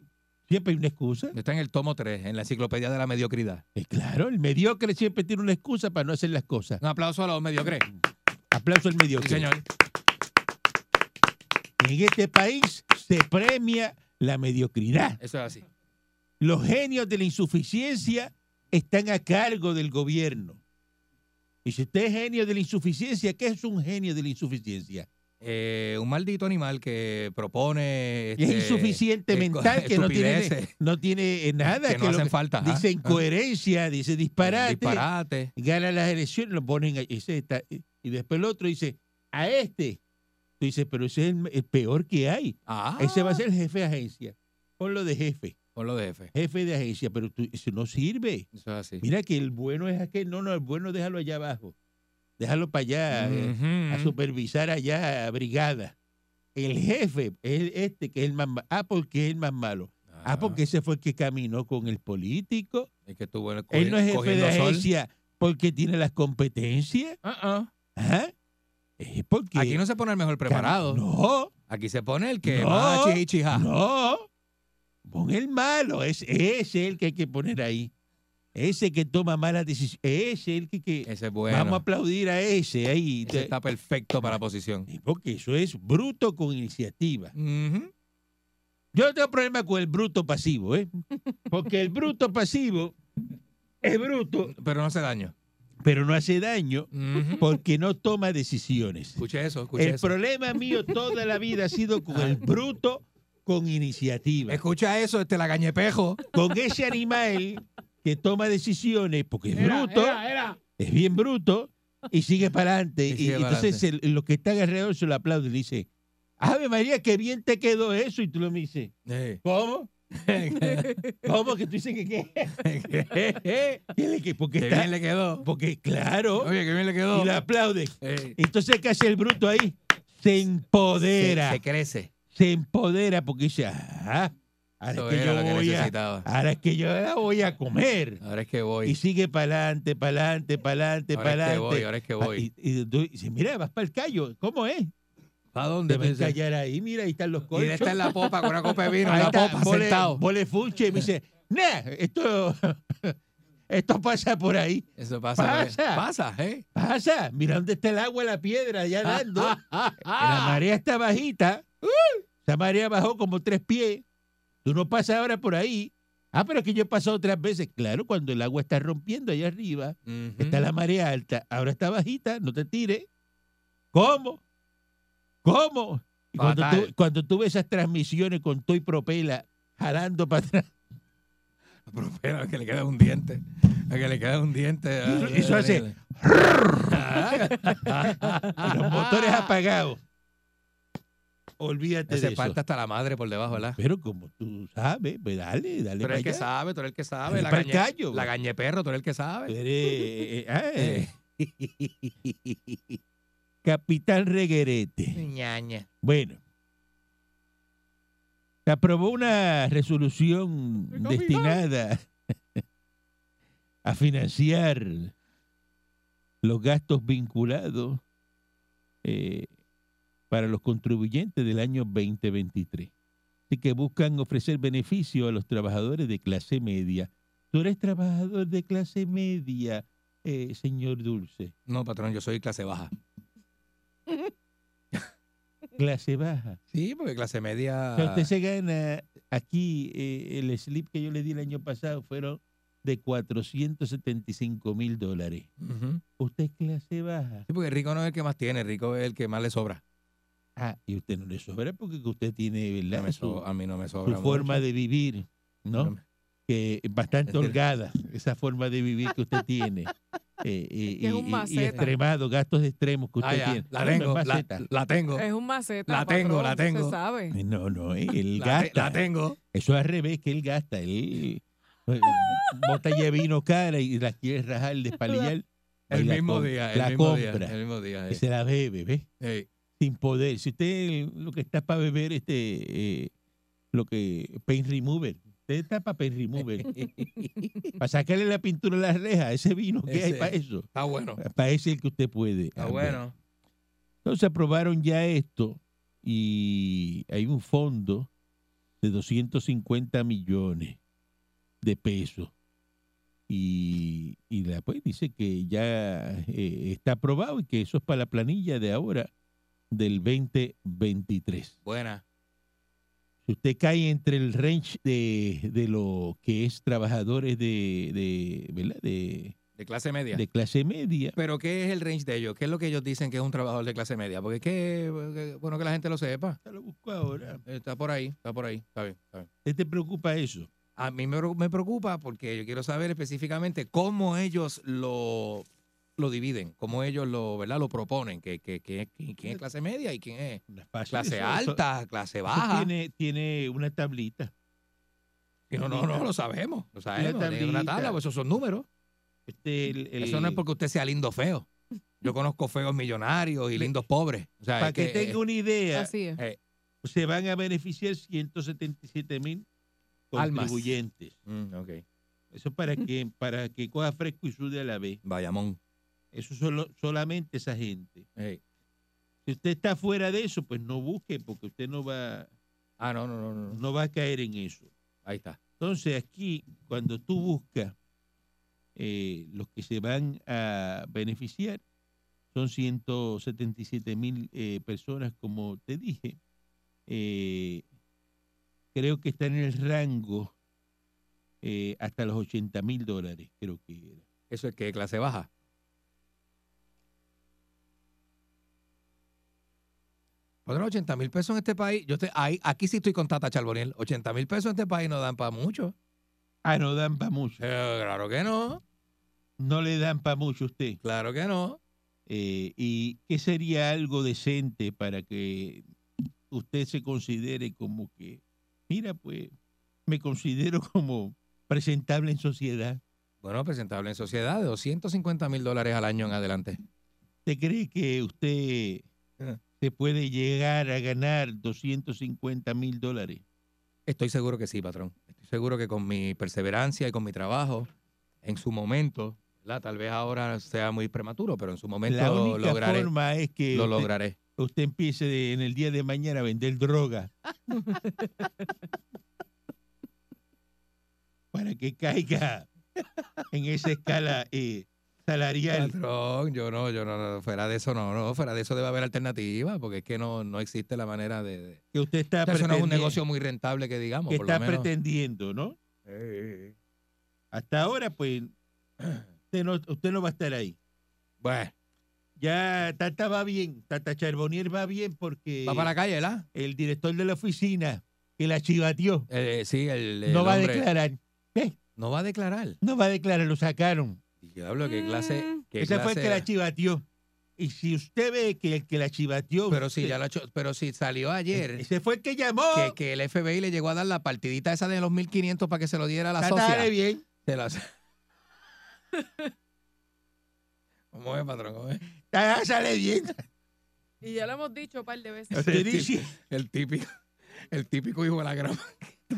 S3: siempre hay una excusa.
S4: Está en el tomo 3, en la enciclopedia de la mediocridad.
S3: Eh, claro, el mediocre siempre tiene una excusa para no hacer las cosas.
S4: Un aplauso a los mediocres.
S3: Aplauso al
S4: Sí,
S3: mediocre.
S4: señor.
S3: En este país se premia la mediocridad.
S4: Eso es así.
S3: los genios de la insuficiencia están a cargo del gobierno. Y si usted es genio de la insuficiencia, ¿qué es un genio de la insuficiencia?
S4: Eh, un maldito animal que propone.
S3: Y es
S4: este,
S3: insuficiente
S4: eh,
S3: mental, que no tiene,
S4: estupideces
S3: no tiene eh, nada.
S4: que no
S3: lo
S4: hacen
S3: que-
S4: falta. ajá.
S3: dice
S4: Ah,
S3: incoherencia, dice disparate,
S4: disparate.
S3: gana las elecciones, lo ponen ahí, ese está- y después el otro dice, a este. Tú dices, pero ese es el, el peor que hay.
S4: Ah,
S3: Ese va a ser el jefe de agencia. Ponlo de jefe,
S4: Ponlo de F.
S3: jefe de agencia, pero tú- eso no sirve.
S4: Eso es así.
S3: Mira que el bueno es aquel. No, no, el bueno déjalo allá abajo. Déjalo para allá, eh, a
S4: Ujú.
S3: supervisar allá a brigada. El jefe es este que es el más malo. Ah, porque es el más malo. Ah, porque ese fue el que caminó con el político.
S4: Es que estuvo en el
S3: Él no es jefe de
S4: cogiendo sol.
S3: agencia porque tiene las competencias.
S4: Ah, ah.
S3: ¿Ah? Es porque...
S4: Aquí no se pone el mejor preparado.
S3: No,
S4: Aquí se pone el que
S3: No,
S4: más chichija.
S3: no. Pon el malo. Es, ese es el que hay que poner ahí. Ese que toma malas decisiones. Ese es el que... que
S4: Ese es bueno.
S3: Vamos a aplaudir a ese ahí.
S4: Ese está perfecto para la posición.
S3: Sí, Porque eso es bruto con iniciativa.
S4: Ujú.
S3: Yo no tengo problema con el bruto pasivo, ¿eh? Porque el bruto pasivo es bruto,
S4: Pero no hace daño.
S3: pero no hace daño
S4: Ujú.
S3: porque no toma decisiones.
S4: Escuche eso, escuche
S3: El
S4: eso. Ah.
S3: problema mío toda la vida ha sido con el bruto con iniciativa.
S4: Escucha eso, este lagañepejo.
S3: Con ese animal que toma decisiones porque es
S5: Era,
S3: bruto.
S5: era, era.
S3: es bien bruto y sigue para adelante.
S4: Y
S3: Y,
S4: sigue para
S3: entonces el- los que están alrededor se lo aplauden y le dice, Ave María, qué bien te quedó eso. Y tú lo me dices,
S4: Eh.
S3: ¿cómo? ¿Cómo que tú dices que qué? Y él, "Que Porque,
S4: Qué
S3: está-
S4: bien le quedó.
S3: porque claro,
S4: Oye, qué bien le quedó.
S3: y lo aplauden.
S4: Eh,
S3: Entonces, ¿qué hace el bruto ahí? Se
S4: se,
S3: empodera,
S4: se
S3: se,
S4: crece.
S3: empodera porque dice, "Ajá, ahora
S4: Eso
S3: es que
S4: era
S3: yo
S4: lo que
S3: voy a,
S4: necesitaba.
S3: ahora es que yo la voy a comer.
S4: Ahora es que voy.
S3: Y sigue para adelante, para adelante, para adelante,
S4: Ahora
S3: para
S4: es que voy,
S3: adelante.
S4: ahora es que
S3: Ah,
S4: voy.
S3: Y, y tú dices, mira, vas para el callo, ¿cómo es?
S4: ¿Para dónde?
S3: Deben
S4: pensé?
S3: callar ahí, mira, ahí están los
S4: Y él
S3: coches.
S4: está en la popa con una copa de vino, en
S3: Ahí
S4: la
S3: está,
S4: popa,
S3: vole-
S4: sentado.
S3: vole fuche, y me dice, nah, esto, esto pasa por ahí.
S4: Eso pasa. porque-
S3: Pasa.
S4: Pasa, ¿eh?
S3: Pasa, mira dónde está el agua, la piedra, allá dando.
S4: Ah.
S3: La marea está bajita. La marea bajó como tres pies. Tú no pasas ahora por ahí. Ah, pero es que yo he pasado otras veces. Claro, cuando el agua está rompiendo allá arriba,
S4: Ujú.
S3: está la marea alta. Ahora está bajita, no te tires. ¿Cómo? ¿Cómo? Y cuando,
S4: Fatal.
S3: tú, cuando tú ves esas transmisiones con Toy Propela jalando para atrás,
S4: Pero, pero, que le queda un diente. A que le queda un diente.
S3: Y eso- eso hace- y los motores apagados. Olvídate de
S4: Se
S3: eso.
S4: falta hasta la madre por debajo, ¿verdad?
S3: Pero como tú sabes, pues dale, dale
S4: Tú
S3: para
S4: eres el que
S3: allá.
S4: sabe, tú eres el que sabe.
S3: Dale
S4: La
S3: pa'l
S4: gañe,
S3: callo.
S4: la gañe perro, tú eres el que
S3: Tú
S4: sabe.
S3: eres, eh, eh, ah, eh,
S4: Eh.
S3: Capitán Reguerete.
S4: Ñaña.
S3: Bueno. Se aprobó una resolución
S5: capitán.
S3: destinada a financiar los gastos vinculados eh, para los contribuyentes del año 2023. Así que buscan ofrecer beneficio a los trabajadores de clase media. Tú eres trabajador de clase media, eh, señor Dulce.
S4: No, patrón, yo soy clase baja.
S3: Clase baja.
S4: Sí, porque clase media.
S3: O sea, usted se gana aquí eh, el slip que yo le di el año pasado fueron de 475 mil dólares.
S4: Ujú.
S3: Usted es clase baja.
S4: Sí, porque el rico no es el que más tiene, el rico es el que más le sobra.
S3: Ah, y usted no le sobra porque usted tiene,
S4: No
S3: ¿verdad?
S4: me
S3: su,
S4: so- a mí no me
S3: su
S4: sobra.
S3: forma
S4: mucho.
S3: de vivir, ¿no?
S4: No me-
S3: Que es bastante
S4: Este-
S3: holgada, esa forma de vivir que usted tiene. Eh, y,
S2: que es
S3: y-
S2: un
S3: y- y
S2: maceta.
S3: extremado, gastos extremos que usted
S4: Ah, ya,
S3: tiene.
S4: La
S3: No, no es
S4: tengo, la,
S3: maceta.
S4: la tengo.
S2: Es un maceta.
S4: La tengo,
S2: patrón,
S4: la
S2: eso
S4: tengo.
S2: Se sabe.
S3: No, no, eh, él
S4: La, te-
S3: gasta.
S4: la tengo.
S3: Eso es al revés que él gasta. Él eh, bota ya vino cara y la quiere rajar, despalillar.
S4: El
S3: y la
S4: mismo
S3: com-
S4: día. El
S3: la
S4: mismo
S3: compra.
S4: Día, el mismo día.
S3: Y
S4: eh.
S3: se la bebe, ¿ves?
S4: Ey,
S3: Sin poder. Si usted lo que está para beber, este, eh, lo que, paint remover. Usted está para paint remover. para sacarle la pintura a las rejas, ese vino que hay
S4: Ese.
S3: para eso.
S4: Está bueno.
S3: Para ese el que usted puede.
S4: Está
S3: Ah,
S4: bueno.
S3: Entonces aprobaron ya esto y hay un fondo de 250 millones de pesos. Y, y la, pues, dice que ya eh, está aprobado y que eso es para la planilla de ahora del 2023.
S4: Buena.
S3: Si usted cae entre el range de, de lo que es trabajadores de, de, ¿verdad? de,
S4: De clase media.
S3: de clase media,
S4: Pero ¿qué es el range de ellos? ¿Qué es lo que ellos dicen que es un trabajador de clase media? Porque es que, bueno que la gente lo sepa.
S3: ya lo busco ahora.
S4: Está por ahí, está por ahí. Está bien, está bien.
S3: ¿Qué ¿Te preocupa eso?
S4: A mí me, preo- me preocupa porque yo quiero saber específicamente cómo ellos lo, lo dividen, cómo ellos lo, ¿verdad? lo proponen, que, que, que- que- quién es clase media y quién es
S3: No es fácil eso,
S4: clase
S3: eso-
S4: alta, clase
S3: Eso
S4: baja.
S3: Tiene, tiene una tablita.
S4: no, no, no, lo sabemos. Lo sabemos.
S3: Una
S4: tiene una
S3: tablita.
S4: tabla, pues esos son números.
S3: Este, el- el-
S4: Eso no es porque usted sea lindo o feo. Yo conozco feos millonarios y lindos pobres. O sea,
S3: Para
S4: es
S3: que, tenga una idea,
S2: Así es.
S3: se van a beneficiar 177 mil
S4: Almas.
S3: contribuyentes.
S4: Mm, ok.
S3: Eso para que para que coja fresco y sude a la vez.
S4: Bayamón.
S3: Eso solo, solamente esa gente.
S4: Ey.
S3: Si usted está fuera de eso, pues no busque porque usted no va
S4: Ah, no, no, no, no, no.
S3: no va a caer en eso.
S4: Ahí está.
S3: Entonces aquí cuando tú buscas eh, los que se van a beneficiar son 177 mil eh, personas, como te dije. Eh, creo que está en el rango eh, hasta los 80 mil dólares, creo que era.
S4: Eso es que clase baja. Patrón, 80 mil pesos en este país. Yo te, ahí, aquí sí estoy con Tata Charboniel. 80 mil pesos en este país no dan para mucho.
S3: Ah, no dan para mucho.
S4: Eh, claro que no.
S3: No le dan para mucho a usted.
S4: Claro que no.
S3: Eh, ¿Y qué sería algo decente para que usted se considere como que, mira, pues me considero como presentable en sociedad?
S4: Bueno, presentable en sociedad de 250 mil dólares al año en adelante.
S3: ¿Usted cree que usted
S4: Ah.
S3: se puede llegar a ganar 250 mil dólares?
S4: Estoy seguro que sí, patrón. Estoy seguro que con mi perseverancia y con mi trabajo, en su momento, ¿verdad? tal vez ahora sea muy prematuro, pero en su momento
S3: La única
S4: lograré.
S3: forma es que
S4: Lo
S3: usted,
S4: lograré.
S3: usted empiece de- en el día de mañana a vender droga. Para que caiga en esa escala eh, salarial.
S4: Patrón, yo no, yo no, no, fuera de eso no, no, fuera de eso debe haber alternativa, porque es que no, no existe la manera de... de-
S3: que usted está,
S4: o sea, eso no es un
S3: pretendiendo-
S4: negocio muy rentable que digamos,
S3: que
S4: por lo
S3: está
S4: menos.
S3: pretendiendo, ¿no?
S4: Eh, eh, eh.
S3: Hasta ahora, pues, usted no, usted no va a estar ahí.
S4: Bueno,
S3: Ya Tata va bien, Tata Charbonnier va bien porque
S4: va para la calle, ¿la?
S3: el director de la oficina que la chivateó
S4: Eh, sí, el, el
S3: no va a
S4: hombre
S3: declarar,
S4: no va a declarar.
S3: no va a declarar, lo sacaron.
S4: Diablo, qué clase...
S2: Mm.
S4: qué
S3: Ese fue el
S4: clase
S3: que
S4: era.
S3: la chivateó. Y si usted ve que el que la chivateó,
S4: Pero si
S3: usted-
S4: ya la cho- pero si salió ayer
S3: ese fue el que llamó.
S4: que, que el FBI le llegó a dar la partidita esa de los 1500 para que se lo diera a la
S3: Tata,
S4: socia.
S3: dale bien.
S4: Se las- ¿Cómo es, patrón? ¿Cómo es?
S3: Tata, sale bien.
S2: Y ya lo hemos dicho un par de veces.
S3: Estoy dici-
S4: El típico, el típico hijo de la grama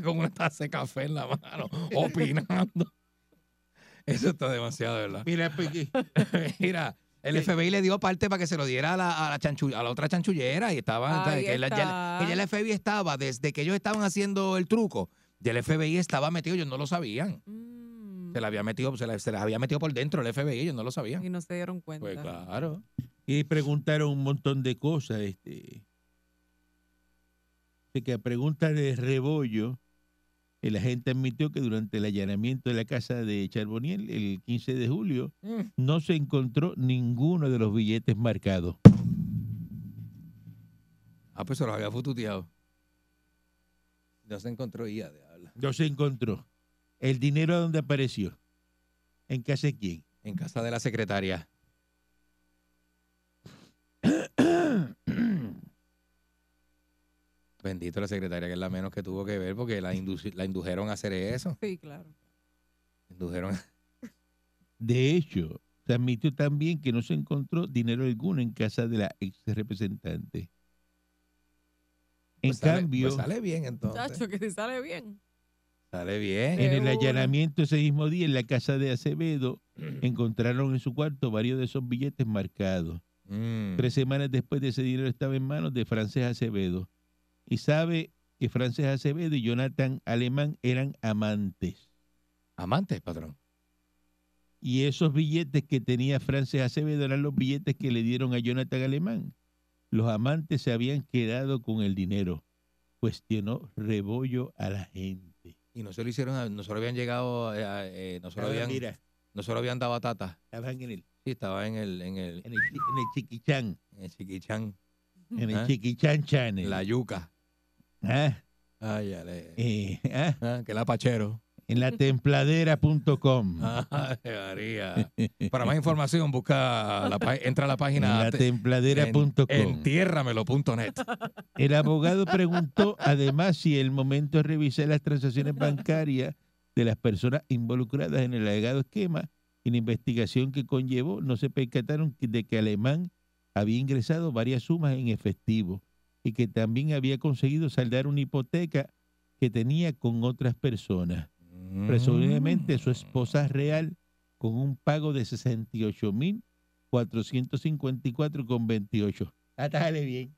S4: con una taza de café en la mano, opinando. Eso está demasiado, ¿verdad?
S3: Mira, pues, que-
S4: Mira, el FBI le dio parte para que se lo diera a la, a la, chanchu- a la otra chanchullera y estaba.
S2: Ahí
S4: que la- ya,
S2: está.
S4: que ya el FBI estaba, desde que ellos estaban haciendo el truco, ya el FBI estaba metido, ellos no lo sabían.
S2: Mm.
S4: Se, la había metido, se, la- se les había metido por dentro el FBI, ellos no lo sabían.
S2: Y no se dieron cuenta.
S4: Pues claro.
S3: y preguntaron un montón de cosas. Este, de que a pregunta de Rebollo, el agente admitió que durante el allanamiento de la casa de Charboniel el 15 de julio
S4: Mm.
S3: no se encontró ninguno de los billetes marcados.
S4: Ah, pues se los había fututeado. No se encontró IA de habla.
S3: No se encontró. El dinero donde apareció. ¿En casa de quién?
S4: En casa de la secretaria. Bendito la secretaria, que es la menos que tuvo que ver porque la, induci- la indujeron a hacer eso.
S2: Sí, claro.
S4: Indujeron a-
S3: De hecho, se admitió también que no se encontró dinero alguno en casa de la ex representante. En
S4: pues sale-
S3: cambio,
S4: pues sale bien entonces.
S2: Chacho, que si sale bien.
S4: Sale bien.
S2: Eh,
S3: en el
S2: Seguro.
S3: allanamiento ese mismo día en la casa de Acevedo, encontraron en su cuarto varios de esos billetes marcados.
S4: Mm.
S3: Tres semanas después de ese dinero estaba en manos de Frances Acevedo. Y sabe que Frances Acevedo y Jonathan Alemán eran amantes.
S4: Amantes, patrón.
S3: Y esos billetes que tenía Frances Acevedo eran los billetes que le dieron a Jonathan Alemán. Los amantes se habían quedado con el dinero. Cuestionó Rebollo a la gente.
S4: Y no se lo hicieron, a- no se lo habían llegado, eh, a- eh, no, se lo habían,
S3: Mira,
S4: no se lo habían dado a Tata.
S3: estaban en el,
S4: Sí, estaba en el, en el,
S3: en el, chi- en el chiquichán,
S4: en el Chiquichán,
S3: en el
S4: Ah.
S3: chiquichán channel.
S4: la yuca.
S3: Ah,
S4: Ay, ale.
S3: eh, ah,
S4: Ah, que la pachero.
S3: en la templadera.com.
S4: Ay, María. Para más información, busca la pá- entra a la
S3: En
S4: página
S3: la templadera.com.
S4: en- entiérramelo.net.
S3: El abogado preguntó además si el momento de revisar las transacciones bancarias de las personas involucradas en el alegado esquema y la investigación que conllevó no se percataron que- de que Alemán había ingresado varias sumas en efectivo y que también había conseguido saldar una hipoteca que tenía con otras personas,
S4: Mm.
S3: presumiblemente Mm. su esposa real, con un pago de 68.454,28. Atájale Ah, bien.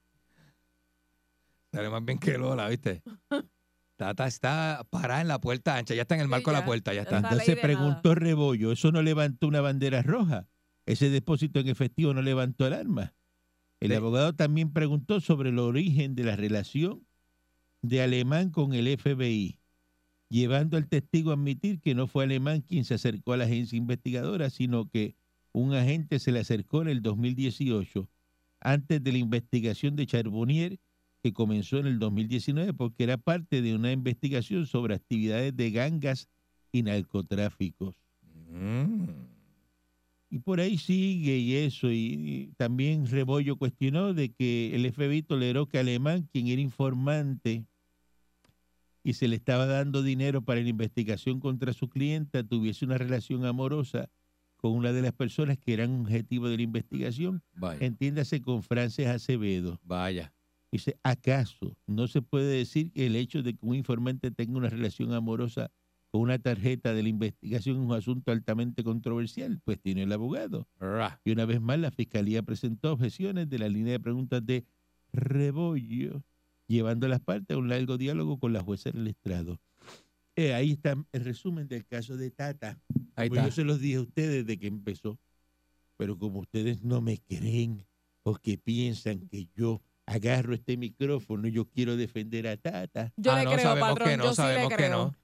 S4: Sale más bien que Lola, ¿viste? Tata está parada en la puerta ancha. Ya está en el marco de la
S2: ya.
S4: puerta, ya
S2: Ya
S4: está.
S2: está.
S3: Entonces
S2: ley de
S3: preguntó Rebollo, ¿eso no levantó una bandera roja? Ese depósito en efectivo no levantó alarma. El
S4: Sí.
S3: abogado también preguntó sobre el origen de la relación de Alemán con el FBI, llevando al testigo a admitir que no fue Alemán quien se acercó a la agencia investigadora, sino que un agente se le acercó en el 2018, antes de la investigación de Charbonnier, que comenzó en el 2019, porque era parte de una investigación sobre actividades de gangas y narcotráficos.
S4: Mm.
S3: Y por ahí sigue y eso. Y, y también Rebollo cuestionó de que el FBI toleró que Alemán, quien era informante y se le estaba dando dinero para la investigación contra su clienta, tuviese una relación amorosa con una de las personas que eran objetivo de la investigación,
S4: Vaya,
S3: entiéndase con Frances Acevedo.
S4: vaya.
S3: Dice, ¿acaso no se puede decir que el hecho de que un informante tenga una relación amorosa con una tarjeta de la investigación en un asunto altamente controversial? Pues tiene el abogado.
S4: Ra.
S3: Y una vez más, la fiscalía presentó objeciones de la línea de preguntas de Rebollo, llevando las partes a un largo diálogo con la jueza del estrado. Eh, ahí está el resumen del caso de Tata.
S4: Ahí
S3: Pues
S4: está.
S3: yo se los dije a ustedes de que empezó. Pero como ustedes no me creen porque piensan que yo agarro este micrófono y yo quiero defender a Tata,
S2: Yo
S4: Ah,
S2: le
S4: no,
S2: creo,
S4: sabemos
S2: patrón.
S4: que no,
S2: yo sí le
S4: sabemos
S2: creo.
S4: que no.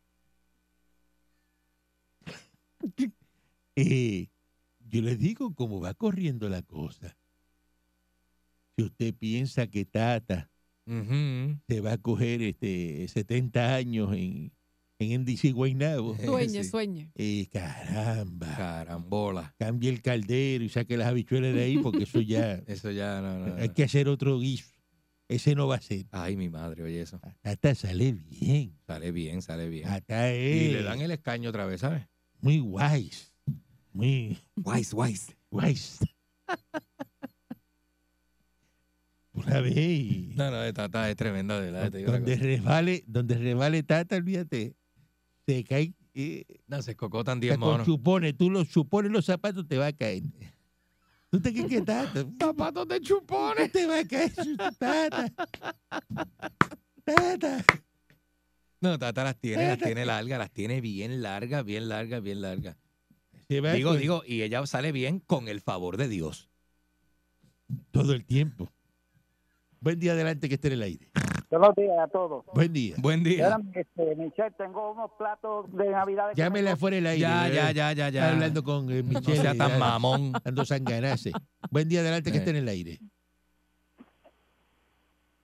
S3: eh, yo les digo cómo va corriendo la cosa. Si usted piensa que Tata
S4: Ujú.
S3: se va a coger este 70 años en, en NDC Guaynabo,
S4: Eh,
S2: Sueñe,
S4: sí.
S2: sueñe.
S3: eh, caramba,
S4: Carambola.
S3: cambie el caldero y saque las habichuelas de ahí porque eso ya
S4: Eso ya no, no, no.
S3: hay que hacer otro guiso. Ese no va a ser.
S4: Ay, mi madre, oye eso.
S3: A Tata sale bien.
S4: Sale bien, sale bien.
S3: Tata es
S4: Y le dan el escaño otra vez, ¿sabes?
S3: muy wise. Muy
S4: Wise, wise.
S3: wise. Una vez. y-
S4: No, no, esta, esta es tremenda, de verdad. te digo una
S3: donde
S4: cosa.
S3: resbale, donde resbale Tata, olvídate. Se cae. eh,
S4: No, se cocotan 10
S3: Está con
S4: monos.
S3: chupones, tú los chupones, los zapatos te va a caer. ¿Tú te crees que tata? Zapatos de chupones. Te va a caer, tata. Tata.
S4: No, Tata las tiene, las tiene largas, las tiene bien largas, bien largas, bien largas.
S3: Se va
S4: Digo,
S3: con-
S4: digo, y ella sale bien con el favor de Dios.
S3: Todo el tiempo. Buen día adelante que esté en el aire.
S6: Buenos días a todos.
S3: Buen día.
S4: Buen día.
S6: Espérame, este, Michelle, tengo unos platos de Navidad. de
S3: Llámela
S6: comer.
S3: fuera del aire.
S4: Ya,
S3: ¿verdad?
S4: ya, ya, ya,
S3: Está
S4: ya.
S3: hablando con eh,
S4: no
S3: Michelle.
S4: sea
S3: ya,
S4: tan mamón.
S3: Dando sanganase. Buen día adelante que
S4: Eh.
S3: esté en el aire.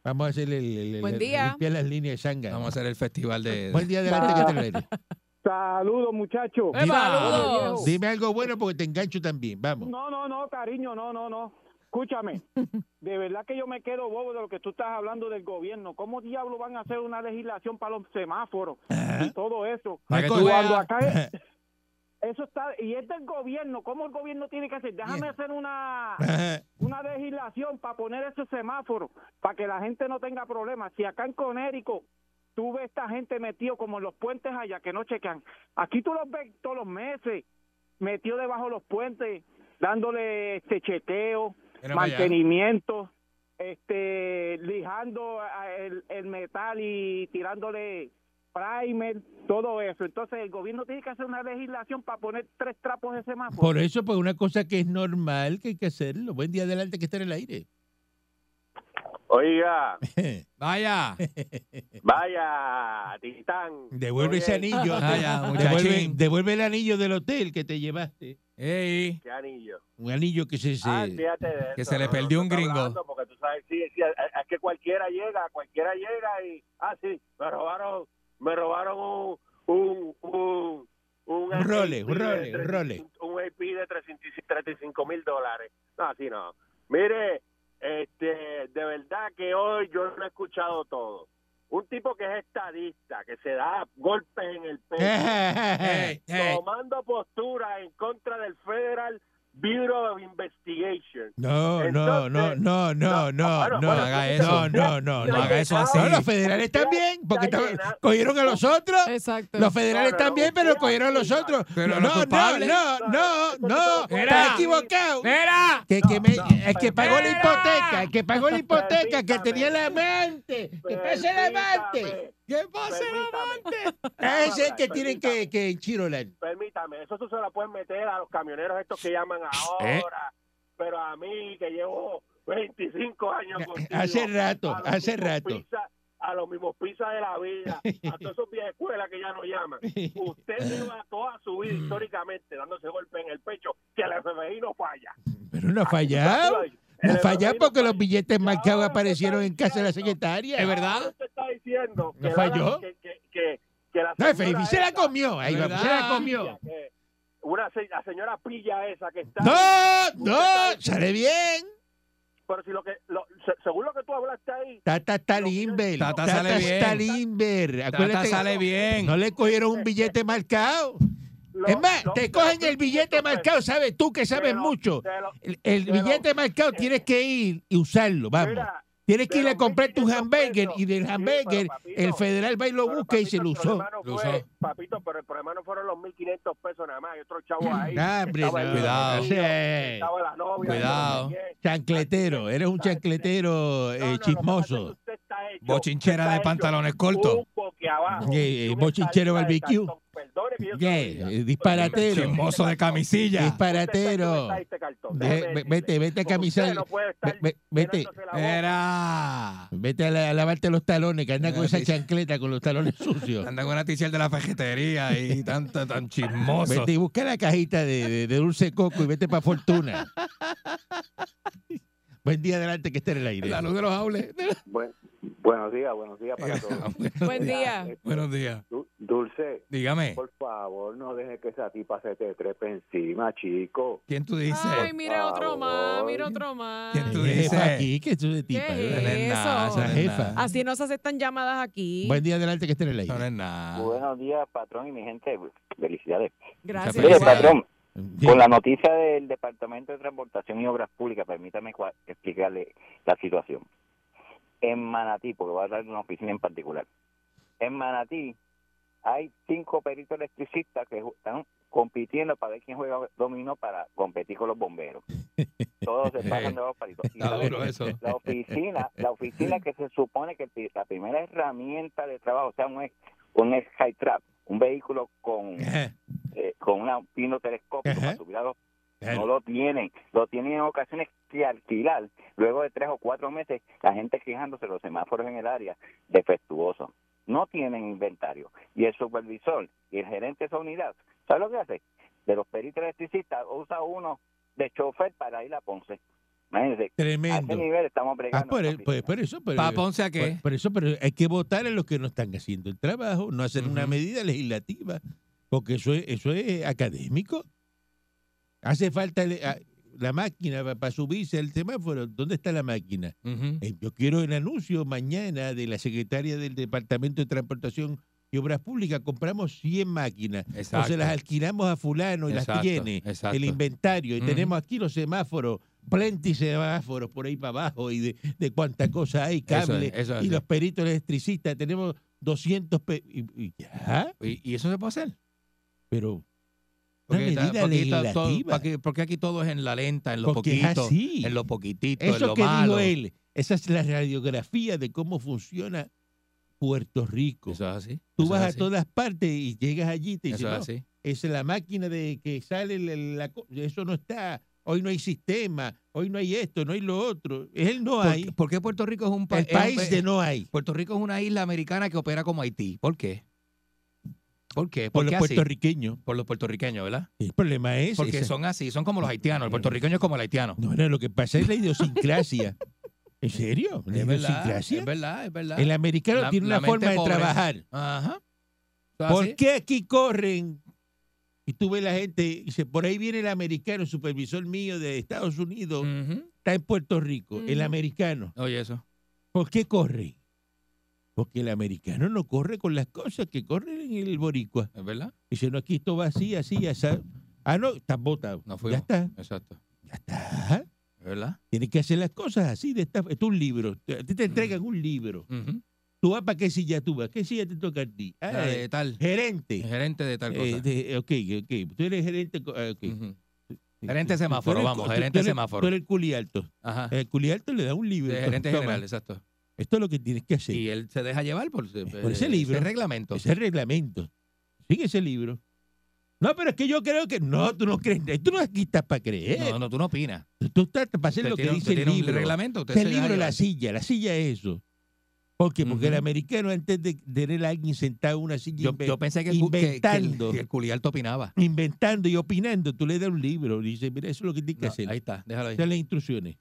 S3: Vamos a hacerle el, el- el-
S2: Buen día.
S3: limpiar las líneas de sangre.
S4: Vamos a hacer el festival de...
S3: Buen día adelante que esté en el aire.
S6: Saludos, muchachos.
S2: ¡Epa! ¡Saludos!
S3: Dime algo bueno porque te engancho también. Vamos.
S6: No, no, no, cariño, no, no, no. Escúchame, de verdad que yo me quedo bobo de lo que tú estás hablando del gobierno. ¿Cómo diablo van a hacer una legislación para los semáforos y todo eso?
S4: Para que tú
S6: Cuando
S4: veas.
S6: acá es- eso está, y es del gobierno. ¿Cómo el gobierno tiene que hacer? Déjame
S4: Bien.
S6: hacer una,
S3: Ajá.
S6: una legislación para poner esos semáforos, para que la gente no tenga problemas. Si acá en Conérico tú ves esta gente metido como en los puentes allá que no checan, aquí tú los ves todos los meses metido debajo de los puentes, dándole este chequeo,
S4: Mira para allá.
S6: mantenimiento, este lijando a- el, el metal y tirándole primer, todo eso. Entonces el gobierno tiene que hacer una legislación para poner tres trapos de semáforo.
S4: e-
S3: Por eso, pues una cosa que es normal que hay que hacerlo. Buen día adelante que esté en el aire.
S7: Oiga,
S4: Vaya.
S7: vaya, Titán.
S3: Devuelve ese
S7: Oye,
S3: anillo.
S4: Vaya,
S3: devuelve,
S4: muchachín.
S3: devuelve el anillo del hotel que te llevaste.
S4: Ey.
S7: ¿Qué anillo?
S3: Un anillo que se... se-
S7: Ah, fíjate de
S4: que
S7: eso,
S4: se le perdió un
S7: está
S4: gringo.
S7: hablando, Porque tú sabes, sí, sí, es es que cualquiera llega, cualquiera llega y, ah, sí, me robaron, me robaron un, un, un, un, AP
S3: role, un
S7: de
S3: role, un
S7: tres-
S3: role.
S7: Un AP de 35 mil dólares. No, así no. Mire, este, de verdad que hoy yo no he escuchado todo. Un tipo que es estadista, que se da golpes en el pecho.
S4: Ey, ey.
S7: tomando postura en contra del Federal Bureau of Investigation.
S3: No, no, no, no, no, no, no, no,
S7: bueno, bueno,
S4: haga
S3: no,
S4: eso.
S3: no, no,
S4: No
S3: no.
S4: haga eso
S7: No,
S4: así.
S3: No, los federales también, porque
S7: Ya
S3: to-
S7: llena-
S3: cogieron a los otros.
S2: Exacto.
S3: Los federales
S7: No, no, no,
S3: también, pero
S7: ya,
S3: cogieron a los
S7: ya.
S3: otros.
S4: Pero
S3: No,
S4: los
S3: no, no,
S4: culpables-
S3: no, no, no.
S7: Era.
S3: Está equivocado.
S4: Mira.
S3: Que, que me-
S7: no,
S3: el que pagó la
S4: espera.
S3: hipoteca, el que pagó la hipoteca, que tenía el amante, que pase el amante,
S7: Permítame.
S3: que pase el amante.
S7: Permítame.
S3: Ese es el
S7: Permítame.
S3: que tienen que, que enchirolar.
S7: Permítame, eso tú se la puedes meter a los camioneros estos que llaman ahora,
S4: Eh.
S7: pero a mí que llevo 25 años contigo.
S3: Hace rato,
S7: a los
S3: hace
S7: mismos
S3: rato.
S7: pizza- a los mismos pizzas de la vida, a todos esos viejas escuelas que ya no llaman. Usted lleva toda su vida históricamente dándose golpe en el pecho, que el FBI no falla.
S3: Pero no ha fallado. No ha fallado porque los billetes marcados
S7: Ahora te
S3: aparecieron
S7: está
S3: en casa de la
S7: diciendo.
S3: secretaria.
S4: Es verdad.
S7: Te está diciendo
S3: ¿No
S7: que
S3: falló?
S7: la- Que, que, que, que la
S3: No,
S7: señora
S3: el FBI se la
S7: esa,
S3: comió. Ahí vamos, se la
S4: ¿Verdad?
S3: comió.
S7: que Una se- la señora pilla esa que está.
S3: No,
S7: Usted
S3: no,
S7: está-
S3: sale bien.
S7: Pero si lo que, lo- se- según lo que tú hablaste ahí,
S3: Tata está limber.
S4: Tata
S3: Tata
S4: sale bien.
S3: está limber.
S4: Tata
S3: Acuérdate,
S4: sale bien.
S3: no le cogieron un billete marcado.
S7: lo-
S3: Es más,
S7: lo-
S3: te cogen el billete
S7: te-
S3: marcado, sabes tú que sabes
S7: te lo-
S3: mucho.
S7: te lo-
S3: El, el
S7: pero- eh,
S3: billete marcado tienes que ir y usarlo, vamos.
S7: Mira,
S3: Tienes que
S7: de
S3: ir a
S7: los
S3: comprar tu
S7: 1.500
S3: hamburger
S7: pesos.
S3: y del
S7: Sí,
S3: hamburger
S7: pero, papito,
S3: el federal va y lo
S7: Pero,
S3: busca y
S7: papito,
S3: se lo
S7: el
S3: usó.
S7: problema no
S4: Lo
S7: fue-
S4: usó.
S7: Papito, pero el problema no fueron los 1.500 pesos nada más. Y otro chavo ahí.
S3: Ah, hombre,
S7: Estaba
S3: no,
S7: el
S4: Cuidado.
S7: novio,
S3: sí. Eh,
S7: estaba la novia,
S4: Cuidado.
S7: no sé qué.
S3: Chancletero, eres un chancletero
S7: No, no, lo
S3: eh,
S7: que pasa es que
S3: chismoso.
S7: usted está hecho-
S4: Bochinchera
S7: usted está
S4: de
S7: hecho
S4: pantalones cortos.
S7: un boquiabajo
S3: Yeah,
S7: y una
S3: bochinchero
S7: salsa de
S3: barbecue.
S7: cartón. Perdone que yo se lo
S3: Yeah,
S7: diga.
S3: eh, disparatero.
S7: Usted
S4: Chismoso de
S7: cartón.
S4: camisilla.
S7: Usted está hecho
S3: Disparatero.
S7: de salsa de cartón.
S3: Ve-
S7: Déjeme
S3: ve-
S7: decirle.
S3: vete, vete a
S7: Porque
S3: camisa-
S7: usted no puede estar
S3: ve- ve- vete.
S7: llenándose la boca.
S4: Era.
S3: Vete a, la- a lavarte los talones, que anda con esa
S4: Sí.
S3: chancleta con los talones sucios.
S4: Anda con una t-shirt de la fajetería y tan, tan, tan chismoso.
S3: Vete y busca la cajita de, de- de dulce de coco y vete para Fortuna. Buen día adelante que esté en el aire.
S4: La luz de los aules.
S8: Buen- buenos días, buenos días para todos.
S2: Buen día.
S8: Eh,
S4: Buenos días.
S8: Du- Dulce,
S4: Dígame,
S8: por favor, no dejes que esa tipa se te trepe encima, chico.
S4: ¿quién tú dices?
S2: Ay, mira otro más,
S8: favor.
S2: mira otro más.
S4: ¿Quién tú
S3: Qué
S4: dices?
S3: jefa aquí, que es de tipa.
S4: No
S2: ¿Qué
S3: ¿verdad?
S4: es nada,
S2: eso?
S4: no es
S3: La jefa.
S4: nada.
S2: Así no se aceptan llamadas aquí.
S3: Buen día adelante que esté en el
S4: No
S3: aire.
S4: es nada.
S8: Buenos días, patrón y mi gente. Felicidades.
S2: Gracias.
S4: Muchas
S8: Mire,
S4: Felicidades.
S8: patrón,
S3: Sí.
S8: con la noticia del Departamento de Transportación y Obras Públicas, permítame cua- explicarle la situación. En Manatí, porque voy a hablar de una oficina en particular. En Manatí hay cinco peritos electricistas que ju- están compitiendo para ver quién juega dominó para competir con los bomberos. Todos se pasan de los palitos. Y
S4: Está
S8: la-
S4: duro eso.
S8: la oficina, la oficina que se supone que pi- la primera herramienta de trabajo, o sea, un, ex- un high trap, un vehículo con eh, con una- un pino telescópico
S3: Ajá.
S8: para subir a los-
S3: Claro.
S8: No lo tienen, lo tienen en ocasiones que alquilar. Luego de tres o cuatro meses, la gente quejándose, los semáforos en el área, defectuosos. No tienen inventario. Y el supervisor y el gerente de esa unidad, ¿sabe lo que hace? De los peritos electricistas, usa uno de chofer para ir a Ponce. Imagínense, a ese
S3: Tremendo.
S8: nivel estamos
S3: Ah,
S8: bregando.
S3: por,
S8: en
S3: el-
S8: esta
S3: por-
S8: oficina.
S3: por eso, pero,
S4: ¿Para Ponce a qué?
S3: por, por eso, pero hay que votar a los que no están haciendo el trabajo, no hacer una
S4: Ujú.
S3: medida legislativa, porque eso es, eso es académico. Hace falta el- a- la máquina para subirse al semáforo. ¿Dónde está la máquina?
S4: Ujú.
S3: Eh, Yo quiero el anuncio mañana de la secretaria del Departamento de Transportación y Obras Públicas. Compramos 100 máquinas. O
S4: Exacto.
S3: se las alquilamos a fulano y las
S4: Exacto,
S3: tiene.
S4: exacto.
S3: El inventario. Y
S4: Ujú.
S3: tenemos aquí los semáforos, plenty semáforos por ahí para abajo y de, de cuánta cosa hay,
S4: Eso
S3: cables.
S4: es, eso es
S3: y
S4: así.
S3: los peritos electricistas. Tenemos 200... pe- y, y ya,
S4: ¿Y, y eso se puede hacer?
S3: pero... Una
S4: Porque, está-
S3: medida
S4: porque está todo-
S3: legislativa.
S4: porque- porque aquí todo es en la lenta, en lo
S3: Porque es
S4: poquito,
S3: así.
S4: en lo poquitito, en
S3: Eso
S4: lo
S3: que dijo
S4: malo.
S3: él, esa es la radiografía de cómo funciona Puerto Rico.
S4: Eso es así.
S3: Tú
S4: eso es
S3: vas
S4: así,
S3: a todas partes y llegas allí y te
S4: Eso
S3: dicen,
S4: es
S3: "No,
S4: así.
S3: es la máquina de que sale la, la co- eso no está, hoy no hay sistema, hoy no hay esto, no hay lo otro. Él no
S4: ¿Por,
S3: hay.
S4: qué- por qué Puerto Rico es un pa-
S3: el
S4: es un
S3: país
S4: pa-
S3: de no hay.
S4: Puerto Rico es una isla americana que opera como Haití. ¿Por qué? ¿Por qué?
S3: Por
S4: ¿Por
S3: los
S4: qué así?
S3: puertorriqueños.
S4: Por los puertorriqueños, ¿verdad?
S3: El problema es
S4: Porque
S3: ese.
S4: son así, son
S3: Ah,
S4: como los haitianos. El puertorriqueño es como el haitiano.
S3: No, no, lo que pasa es la idiosincrasia. ¿En serio? ¿La
S4: Es verdad,
S3: idiosincrasia?
S4: es verdad, es verdad.
S3: El americano
S4: La-
S3: tiene una
S4: la mente ¿Ah,
S3: forma de
S4: pobre.
S3: trabajar.
S4: Ajá.
S5: ¿Ah,
S4: Eso es
S3: pues, ¿Por
S4: así.
S3: qué aquí corren? Y tú ves la gente, y dice, por ahí viene el americano, el supervisor mío de Estados Unidos,
S4: Ujú.
S3: está en Puerto Rico, el
S4: Mm.
S2: Ujú.
S3: americano.
S4: Oye, eso.
S3: ¿Por qué corre? Porque el americano no corre con las cosas que corren en el boricua.
S4: ¿Es verdad?
S3: Dice, no, aquí esto va así, así, así. Ah, no, está botado.
S4: No
S3: ya
S4: fuimos.
S3: está,
S4: Exacto.
S3: ya está.
S4: ¿Es verdad?
S3: Tienes que hacer las cosas así, de esta, esto es un libro. A ti te entregan un libro.
S4: Ujú.
S3: Tú vas para qué silla tú vas, qué silla te toca a ti. Ah,
S4: La de tal.
S3: gerente.
S4: el gerente de
S3: Eh,
S4: tal cosa.
S3: de- ok, ok. Tú eres gerente. co- ah, ok.
S4: Ujú.
S3: Sí,
S4: Gerente
S3: tú- tú-
S4: semáforo,
S3: tú eres-
S4: vamos,
S3: tú-
S4: gerente
S3: tú eres-
S4: semáforo.
S3: Tú eres el culialto.
S4: Ajá.
S3: El culialto le da un libro.
S4: De gerente
S3: Toma,
S4: general, exacto.
S3: Esto es lo que tienes que hacer.
S4: Y él se deja llevar por, eh,
S3: por ese libro.
S4: reglamento.
S3: Ese reglamento. Sigue ese libro. No, pero es que yo creo que. No, tú no crees. Tú no aquí estás para creer.
S4: No, no, tú no opinas.
S3: Tú- Tú estás para hacer
S4: Usted
S3: lo que
S4: tiene-
S3: dice
S4: usted
S3: el
S4: tiene un
S3: libro.
S4: reglamento, usted
S3: Ese
S4: se deja
S3: libro, la
S4: llevar.
S3: silla. La silla es eso. ¿Por qué? Porque el
S4: Ujú.
S3: americano, antes de tener a alguien sentado en una silla,
S4: Yo,
S3: inve-
S4: yo pensé que el, cu- que- que el-
S3: inventando.
S4: que el culialto opinaba.
S3: inventando y opinando, tú le das un libro. Y dices, mira, eso es lo que tienes que
S4: No,
S3: hacer.
S4: ahí está, déjalo ahí.
S3: Dale las instrucciones.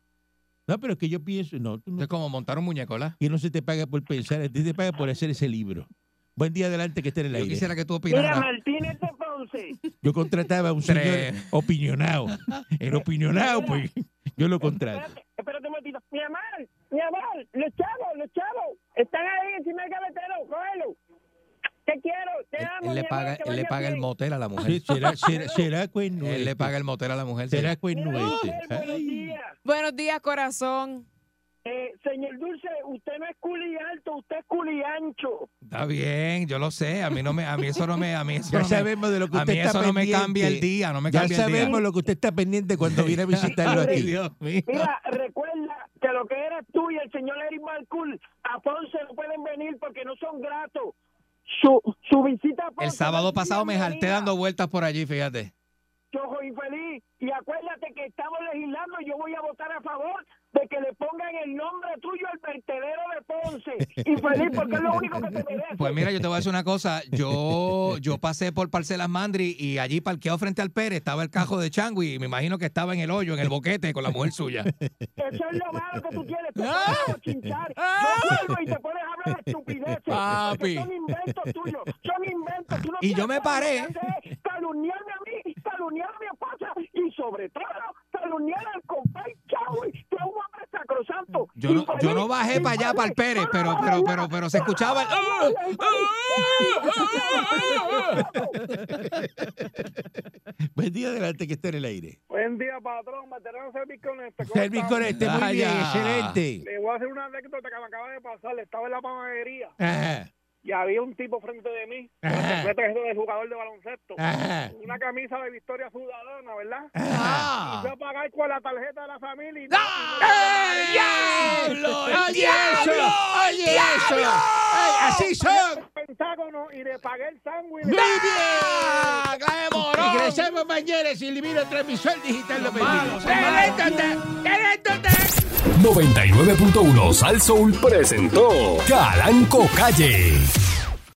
S3: No, pero es que yo pienso, no, tú no-
S4: Es como montar un muñeco, ¿verdad?
S3: que no se te paga por pensar, a ti te paga por hacer ese libro. Buen día adelante que esté en el
S4: Yo
S3: aire.
S4: quisiera que tú
S6: Mira,
S4: opinaras.
S6: Martínez de Ponce.
S3: Yo contrataba a un
S4: Tres.
S3: señor opinionado. El opinionado, pues, yo lo contrato.
S6: Espérate, espérate un momentito. Mi amor, mi amor, los chavos, los chavos, están ahí encima del gavetero, cógelo. Te quiero, te
S4: Él,
S6: amo.
S4: él
S6: mi
S4: le
S6: amor,
S4: paga,
S6: que
S4: él le
S6: vaya
S4: paga el
S6: bien.
S4: motel a la
S3: Sí,
S4: mujer.
S3: ¿Será, será, será cuerno
S4: Él le
S3: este?
S4: paga el motel a la mujer. sí.
S3: ¿Será cuerno
S6: Mira,
S3: este?
S6: mujer, buenos
S3: Ay.
S6: días.
S2: Buenos días, corazón.
S6: Eh, señor Dulce, usted no es culi alto, usted es culi ancho.
S4: Está bien, yo lo sé. A mí no me, a mí eso no me, a mí eso
S3: Ya
S4: no me,
S3: sabemos de lo que
S4: a
S3: usted
S4: mí
S3: está
S4: eso no me
S3: pendiente.
S4: cambia el día, no me
S3: ya
S4: cambia el día.
S3: sabemos lo que usted está pendiente cuando viene a visitarlo
S4: Ay,
S3: aquí.
S4: Dios mío.
S6: Mira, recuerda que lo que eres tú y el señor Eric Malcool a Ponce no pueden venir porque no son gratos. Su, su visita a Ponce
S4: El sábado
S6: es
S4: pasado me jalté
S6: bienvenida,
S4: dando vueltas por allí, fíjate.
S6: Chojo infeliz. Y acuérdate que estamos legislando y yo voy a votar a favor de que le pongan el nombre tuyo al vertedero de Ponce. Infeliz, porque es lo único que te merece.
S4: Pues mira, yo te voy a decir una cosa. Yo, yo pasé por Parcelas Mandri y allí parqueado frente al Pérez estaba el cajo de Changui y me imagino que estaba en el hoyo, en el boquete con la mujer suya.
S6: Eso es lo malo que tú quieres. Te pones a chinchar. Yo vuelvo y te pones a hablar de estupideces.
S4: Ah. Papi.
S6: porque Son inventos tuyos. Son inventos. Tú no
S4: Y yo
S6: quieres
S4: me paré.
S6: saber lo que haces. Calumniarme a mí, calumniar a mi esposa y sobre todo calumniar al compadre Chávez, que es un hombre sacrosanto.
S4: Yo no, yo no bajé para allá, para el Pérez, pero, pero, pero, pero se escuchaba el... ¡Ah!
S3: Buen día, adelante, que esté en el aire.
S6: Buen día, patrón. Veterano Service Connect.
S3: Service Connect,
S4: este,
S3: muy bien,
S4: Vaya.
S3: excelente.
S6: Le voy a hacer una anécdota que me acaba de pasar. Estaba en la panadería.
S3: Ajá,
S6: y había un tipo frente de mí,
S4: Ah.
S3: Ajá.
S6: interpreto que es de jugador de baloncesto,
S3: ajá,
S6: una camisa de Victoria Ciudadana, ¿verdad?
S3: ajá.
S4: Ah.
S6: Fui a pagar con la tarjeta de la familia y
S3: ¡Eh,
S4: ¡Diablo!
S3: ¡Oye
S4: ¡El
S3: eso!
S4: diablo!
S3: ¡Oye eso! ¡Ay, ¡Así son!
S6: el pentágono y le pagué el sándwich.
S3: ¡Muy bien!
S4: ¡Ah, clase de morón!
S3: Regresamos mañana si elimina transmisor digital lo permite. ¡Teléctate! ¡Teléctate!
S1: 99.1 Sal Soul presentó Calanco Calle.